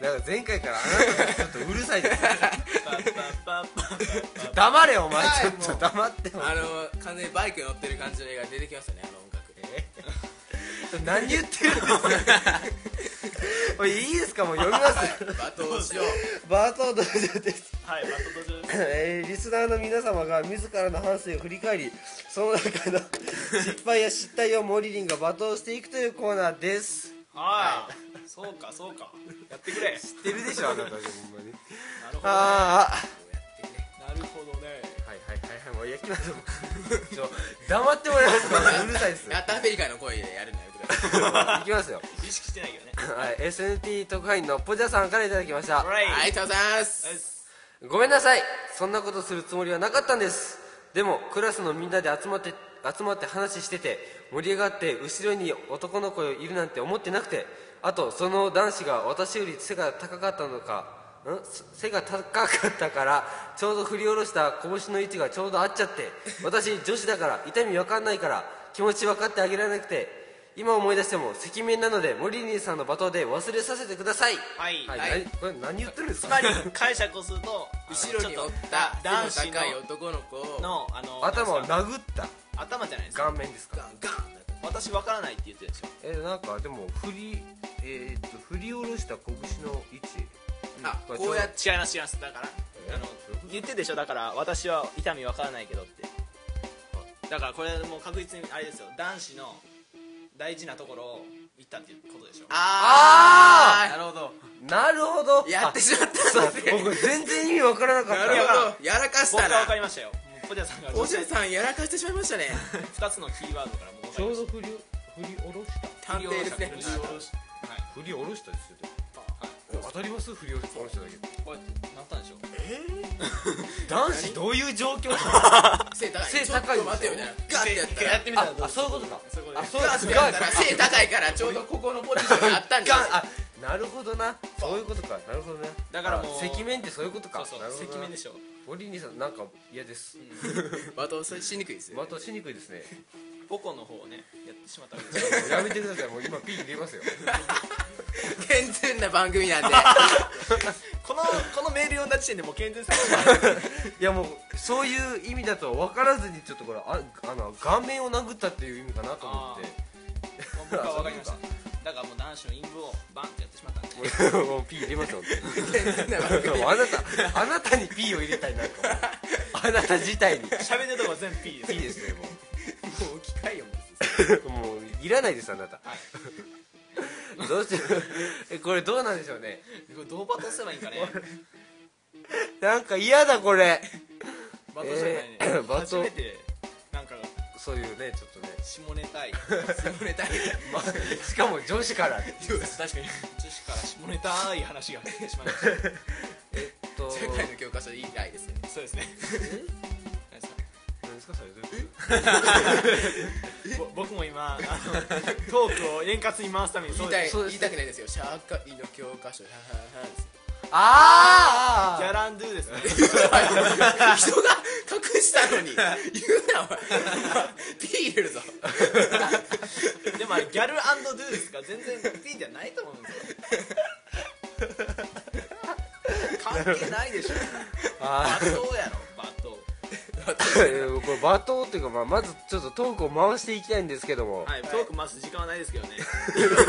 Speaker 2: なんか前回からあなたがちょっとうるさいです
Speaker 1: パッパッパッパッパッパ
Speaker 2: 黙れお前
Speaker 3: はい
Speaker 2: ちょっと黙って
Speaker 3: あの完全にバイク乗ってる感じの映画出てきましたねあの音楽
Speaker 2: 何言ってるんです かおいいいですかもう読みます
Speaker 3: 罵 倒しよう
Speaker 2: バート道場です
Speaker 1: はいマットドジョです
Speaker 2: えーリスナーの皆様が自らの反省を振り返りその中の 失敗や失態をモリリンが罵倒していくというコーナーです
Speaker 1: はいそうかそうかやってくれ
Speaker 2: 知ってるでしょあなたでもほんまに
Speaker 1: なるほどね
Speaker 2: ああ
Speaker 1: なるほどね
Speaker 2: はいはいはいはいもう焼きましょうちょ黙ってもらえますかうるさいっ す
Speaker 3: やったアメリカの声でやるのやめてください
Speaker 2: いきますよ、
Speaker 1: 意識してないけどね
Speaker 2: はい、SNT 特派員のポジャさんからいただきまし
Speaker 1: は
Speaker 2: た
Speaker 1: い
Speaker 3: はいありがとうございます
Speaker 2: ごめんなさいそんなことするつもりはなかったんですでもクラスのみんなで集まって集まって話してて盛り上がって後ろに男の子いるなんて思ってなくてあとその男子が私より背が高かったのかんそ背が高かったからちょうど振り下ろした拳の位置がちょうど合っちゃって私女子だから痛み分かんないから気持ち分かってあげられなくて今思い出しても赤面なのでモリリンさんの罵倒で忘れさせてください
Speaker 1: はい
Speaker 2: はい、
Speaker 3: はい
Speaker 2: なこれ何言ってるんです
Speaker 1: つ
Speaker 2: か
Speaker 1: まり解釈をすると
Speaker 3: 後ろにおっ
Speaker 1: あ
Speaker 3: た
Speaker 1: の
Speaker 3: 男
Speaker 1: ちょっと男
Speaker 3: 子高い
Speaker 1: 子
Speaker 3: 男の子
Speaker 1: の
Speaker 3: を
Speaker 1: のあの
Speaker 2: 頭を
Speaker 1: なんですか
Speaker 2: 殴った
Speaker 1: 頭じゃないですか
Speaker 2: 顔面です
Speaker 3: ガ
Speaker 2: か
Speaker 3: ンガン
Speaker 1: 私わからないって言ってるでしょ
Speaker 2: えなんかでも振りえーっと振り下ろした拳の位置
Speaker 3: あ
Speaker 2: うん
Speaker 3: こうやっ
Speaker 1: 違います違いますだから
Speaker 2: え
Speaker 1: あの言ってるでしょだから私は痛みわからないけどってだからこれもう確実にあれですよ男子の大事なところを言ったっていうことでしょ
Speaker 3: あ
Speaker 4: なるほど
Speaker 2: なるほど
Speaker 3: ーやってしまった
Speaker 2: あ僕全然意味わからなかっ
Speaker 3: な
Speaker 2: た
Speaker 3: る
Speaker 1: ほど
Speaker 3: ほどやらかし
Speaker 1: 僕
Speaker 3: た
Speaker 1: は分か
Speaker 3: な
Speaker 1: りましたよもうポジャさんが
Speaker 3: おじさんやらかしてしまいましたね
Speaker 1: 2つのキーワードからもう分か
Speaker 2: ち
Speaker 1: り
Speaker 2: ょ
Speaker 1: ま
Speaker 2: う
Speaker 1: し
Speaker 2: ど振り振り下ろした
Speaker 3: 探偵ですね
Speaker 1: 振り下ろした
Speaker 2: 振り下ろしたですよ当たります振り下ろしただけ
Speaker 1: たこうやってなったんでしょ
Speaker 2: 男子どういう状況
Speaker 3: 背高い
Speaker 2: 背高い
Speaker 3: ちょっと待てよみたいなガンってやったら
Speaker 1: て
Speaker 2: ああそういうことか
Speaker 1: そういうこと
Speaker 2: あ
Speaker 1: です
Speaker 2: そう
Speaker 3: ガンってやったら
Speaker 2: ガン
Speaker 3: 背高いからちょうどここのポジションにあったんじゃ
Speaker 2: ガン
Speaker 3: ない
Speaker 2: あなるほどなそういうことかなるほどね
Speaker 1: だからもう
Speaker 2: あ赤面ってそういうことか
Speaker 1: そう
Speaker 2: なるほ
Speaker 1: そ
Speaker 2: ど
Speaker 1: う
Speaker 2: な
Speaker 1: 赤面でしょ
Speaker 2: ボリニーさんなんか嫌です
Speaker 3: バトンしにくいですよ
Speaker 2: またしにくいですね
Speaker 1: ボコの方をねやってしまったわけですよ
Speaker 2: やめてくださいもう今ピー入れますよ
Speaker 3: 健全な番組なんで
Speaker 1: このこのメール読んだ時点でもう健全さ
Speaker 2: いやもうそういう意味だと分からずにちょっとこれああの顔面を殴ったっていう意味かなと思っ
Speaker 1: 僕は分かりましただからもう男子の陰部をバンってやってしまったんで
Speaker 2: てもうピー入れ ますよ
Speaker 3: 健全な番組
Speaker 2: あなたあなたにピーを入れたいなんかあなた自体に
Speaker 1: 喋ってるとこは全部 P です
Speaker 2: ピーですね
Speaker 3: もう機械音です
Speaker 2: もうもういらないですあなたどうしてえこれどうなんでしょうね
Speaker 1: これどうバトンすればいいんかね
Speaker 2: なんか嫌だこれ
Speaker 1: バトじゃないね、
Speaker 2: えーバト
Speaker 1: 初めてなんか
Speaker 2: そういうねちょっとね
Speaker 1: 下ネタい
Speaker 3: 下ネタい
Speaker 2: ま あしかも女子から
Speaker 4: 確かに
Speaker 1: 女子から下ネタい話が来てしまいま し
Speaker 2: えっと
Speaker 3: 世界の教科書でいい愛ですね
Speaker 1: たそうですね
Speaker 2: 何ですかそれどういうこ
Speaker 1: ぼ僕も今あのトークを円滑に回すために
Speaker 3: 言い
Speaker 1: で
Speaker 3: たい
Speaker 1: す
Speaker 2: そうです
Speaker 3: 言いたくないですよ社会の教科書ははははです
Speaker 2: とあ
Speaker 1: ギャ
Speaker 2: ー
Speaker 1: ランドゥですね
Speaker 3: 人が隠したのに言うなお前ピー入れるぞ
Speaker 1: でもあれギャルドゥですから全然 P じゃないと思うんですよ関係ないでしょ
Speaker 2: あ
Speaker 1: 罵倒やろ罵倒
Speaker 2: ーこれ罵倒っていうか、まあ、まずちょっとトークを回していきたいんですけども、
Speaker 1: はいトーク回す時間はないですけどね
Speaker 3: 出てこ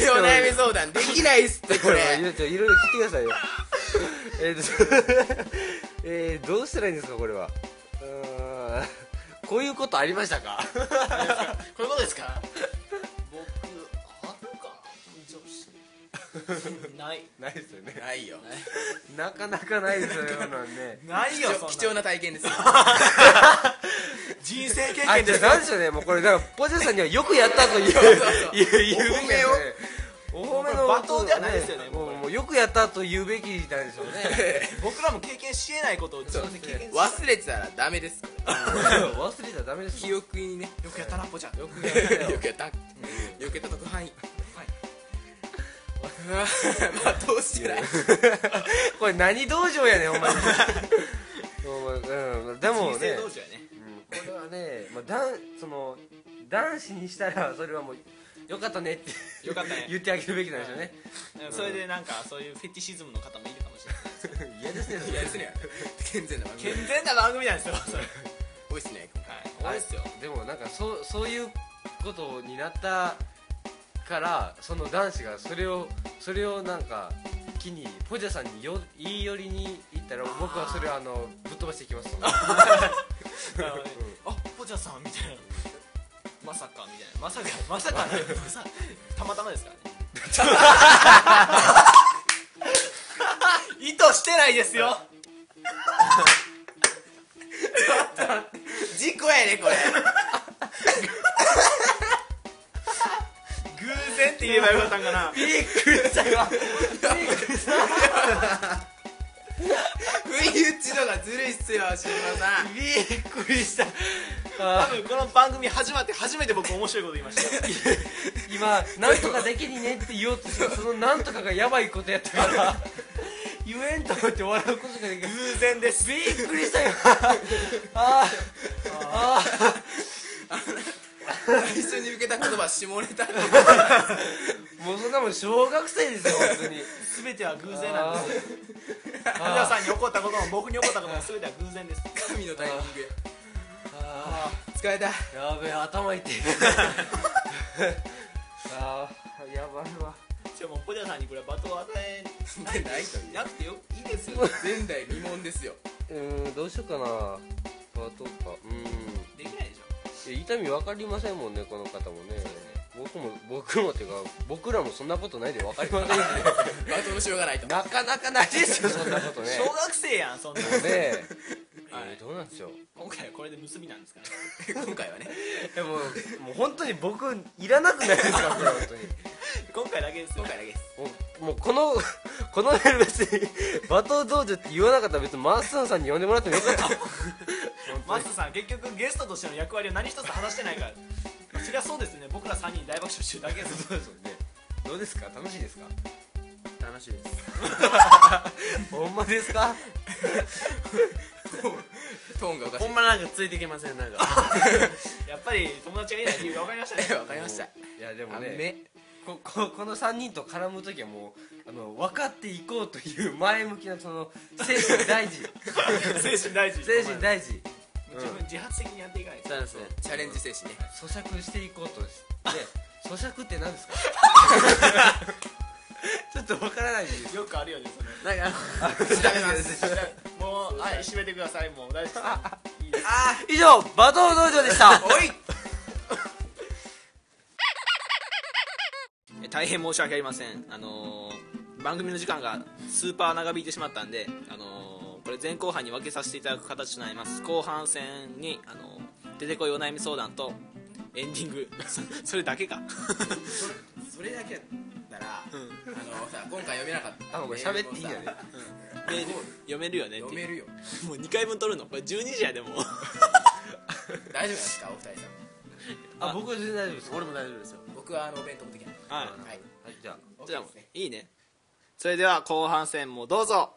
Speaker 3: いお悩み相談できないっすってこ
Speaker 2: これ
Speaker 3: れ
Speaker 2: いろいろ聞いてくださいよえーとえーどうしたらいいんですかこれはうーんこういうことありましたか
Speaker 3: こういうことですか
Speaker 1: 僕あるか なない
Speaker 2: ないですよね
Speaker 3: ないよ
Speaker 2: なかなかないですよねこんなのね
Speaker 1: ないよそんな
Speaker 3: 貴重な体験ですよ
Speaker 1: 人生経
Speaker 2: あ
Speaker 1: 験で
Speaker 2: じゃあ
Speaker 1: す
Speaker 2: なんでしょうねもうこれだからポジャさんにはよくやったという言う言うべきですよね
Speaker 1: お
Speaker 2: お褒めの
Speaker 1: 罵倒ではないですよね
Speaker 2: も
Speaker 1: も
Speaker 2: う
Speaker 1: う
Speaker 2: もうよくやったと言うべきなんでしょうね
Speaker 1: 僕らも経験しえないことを自分で経験するよ
Speaker 3: 忘れてたらダメです
Speaker 2: 忘れちゃダメです
Speaker 3: 記憶にね
Speaker 1: くやったなポちゃんよく
Speaker 3: よけたよけた特派員うわまあどうしてない
Speaker 2: これ何道場やねん お前お前うんでも
Speaker 1: 人生
Speaker 2: ね
Speaker 1: 道場やね
Speaker 2: これはね、まあ、だんその男子にしたらそれはもうよかったねって
Speaker 1: よかったね
Speaker 2: 言ってあげるべきなんでしょうね
Speaker 1: うんそれでなんかそういうフェティシズムの方もいるかもしれない
Speaker 2: 嫌ですね
Speaker 3: いやですね健全な番組
Speaker 1: 健全な番組なんですよそれ
Speaker 3: 多いっすね
Speaker 1: はい多いですよ
Speaker 2: でもなんかそうそういうことになったからその男子がそれをそれをなんか機にポジャさんによ言い寄りに行ったら僕はそれをあのぶっ飛ばしていきますので
Speaker 1: なるほどねあポチャさんみたいなまさかみたいなまさかまさかねまさたまたまですからね 意図してないですよ
Speaker 3: 事故やねこれ
Speaker 1: 偶然って言えばよかったんかな
Speaker 3: 不意打ちのがずるいっすよ志村さん
Speaker 2: びっくりした
Speaker 1: 多分この番組始まって初めて僕面白いこと言いましたよ
Speaker 2: 今「なんとかできにね」って言おうとしたその「なんとか」がやばいことやったから言えんと思って笑うことができない
Speaker 1: 偶然です
Speaker 2: びっくり したよあーあー
Speaker 3: 最初に受けた言葉下ネタ
Speaker 2: もうそんなもん小学生ですよ本当に
Speaker 1: 全ては偶然なんですよポチャさんに怒ったことも僕に怒ったことも全ては偶然です
Speaker 3: 神のタイミング疲れた
Speaker 2: やべえ頭痛いあーやばいわ
Speaker 1: じゃあもうポチャさんにこれは罵倒を与え
Speaker 3: ない という
Speaker 1: なくてよいいですよ
Speaker 3: 前代未聞ですよ
Speaker 2: うーんどうしようかなあとかうー
Speaker 1: できないでしょ
Speaker 2: んいや痛み分かりませんもんねこの方もね僕も僕もっていうか僕らもそんなことないで分かりません しね
Speaker 3: バトルしようがないと
Speaker 2: なかなかないですよそんなことね
Speaker 1: 小学生やん そんな の
Speaker 2: ねえ
Speaker 1: はい
Speaker 2: えーどうなんでしょう
Speaker 1: 今回はこれで盗みなんですから
Speaker 3: 今回はね
Speaker 2: えもうもう本当に僕いらなくないですかこれ本当に
Speaker 1: 今回だけですよ
Speaker 3: 今回だけです
Speaker 2: もう もうこのこのメール別に罵倒道場って言わなかったら別にマースンさんに呼んでもらってもよかった本
Speaker 1: マスさん結局ゲストとしての役割を何一つ果たしてないからそりゃそうですね僕ら3人大爆笑してるだけです
Speaker 2: 当ですよねどうですか楽しいですか
Speaker 4: 楽しいです
Speaker 2: ほんまですか
Speaker 3: トーンがおかしい
Speaker 4: ほんまなんかついてきませんなん か
Speaker 1: やっぱり友達がいない理由が分かりましたね
Speaker 3: わかりました
Speaker 2: いやでも
Speaker 3: あ
Speaker 2: ね
Speaker 3: め
Speaker 2: こここの3人と絡む時はもうあの分かっていこうという前向きなその精神大 事
Speaker 1: 精神大事
Speaker 2: 精神大事
Speaker 1: 自分自発的にやっていかないと
Speaker 4: そうですね
Speaker 3: チャレンジ精神ね
Speaker 2: 咀嚼していこうとしね咀嚼って何ですか ちょっと分からないです
Speaker 1: よくあるよねそれ
Speaker 4: なんか
Speaker 3: ダメです
Speaker 1: もうはい閉めてくださいもう大 丈夫ですいいです
Speaker 2: 以上馬頭道場でした
Speaker 3: おい
Speaker 1: え大変申し訳ありませんあのー番組の時間がスーパー長引いてしまったんであのーこれ前後半に分けさせていただく形となります後半戦にあの出てこいお悩み相談とエンディング そそれだ けか
Speaker 3: それだけなら、あのさ今回読めなかった
Speaker 2: あこれ喋っていいんだね
Speaker 3: メールをさ
Speaker 1: で読めるよねって
Speaker 3: 読
Speaker 1: い
Speaker 3: め
Speaker 1: う
Speaker 3: るよ
Speaker 1: もう2回分取るのこれ12時やでもう
Speaker 3: 大丈夫なんですかお二人さん
Speaker 2: あ僕は全然大丈夫です
Speaker 4: 俺も大丈夫ですよ
Speaker 3: 僕はあのお弁当持ってきた
Speaker 1: はい
Speaker 3: はい
Speaker 2: はいじゃあ
Speaker 1: じゃあも
Speaker 3: OK ですね
Speaker 1: ういいねそれでは後半戦もどうぞ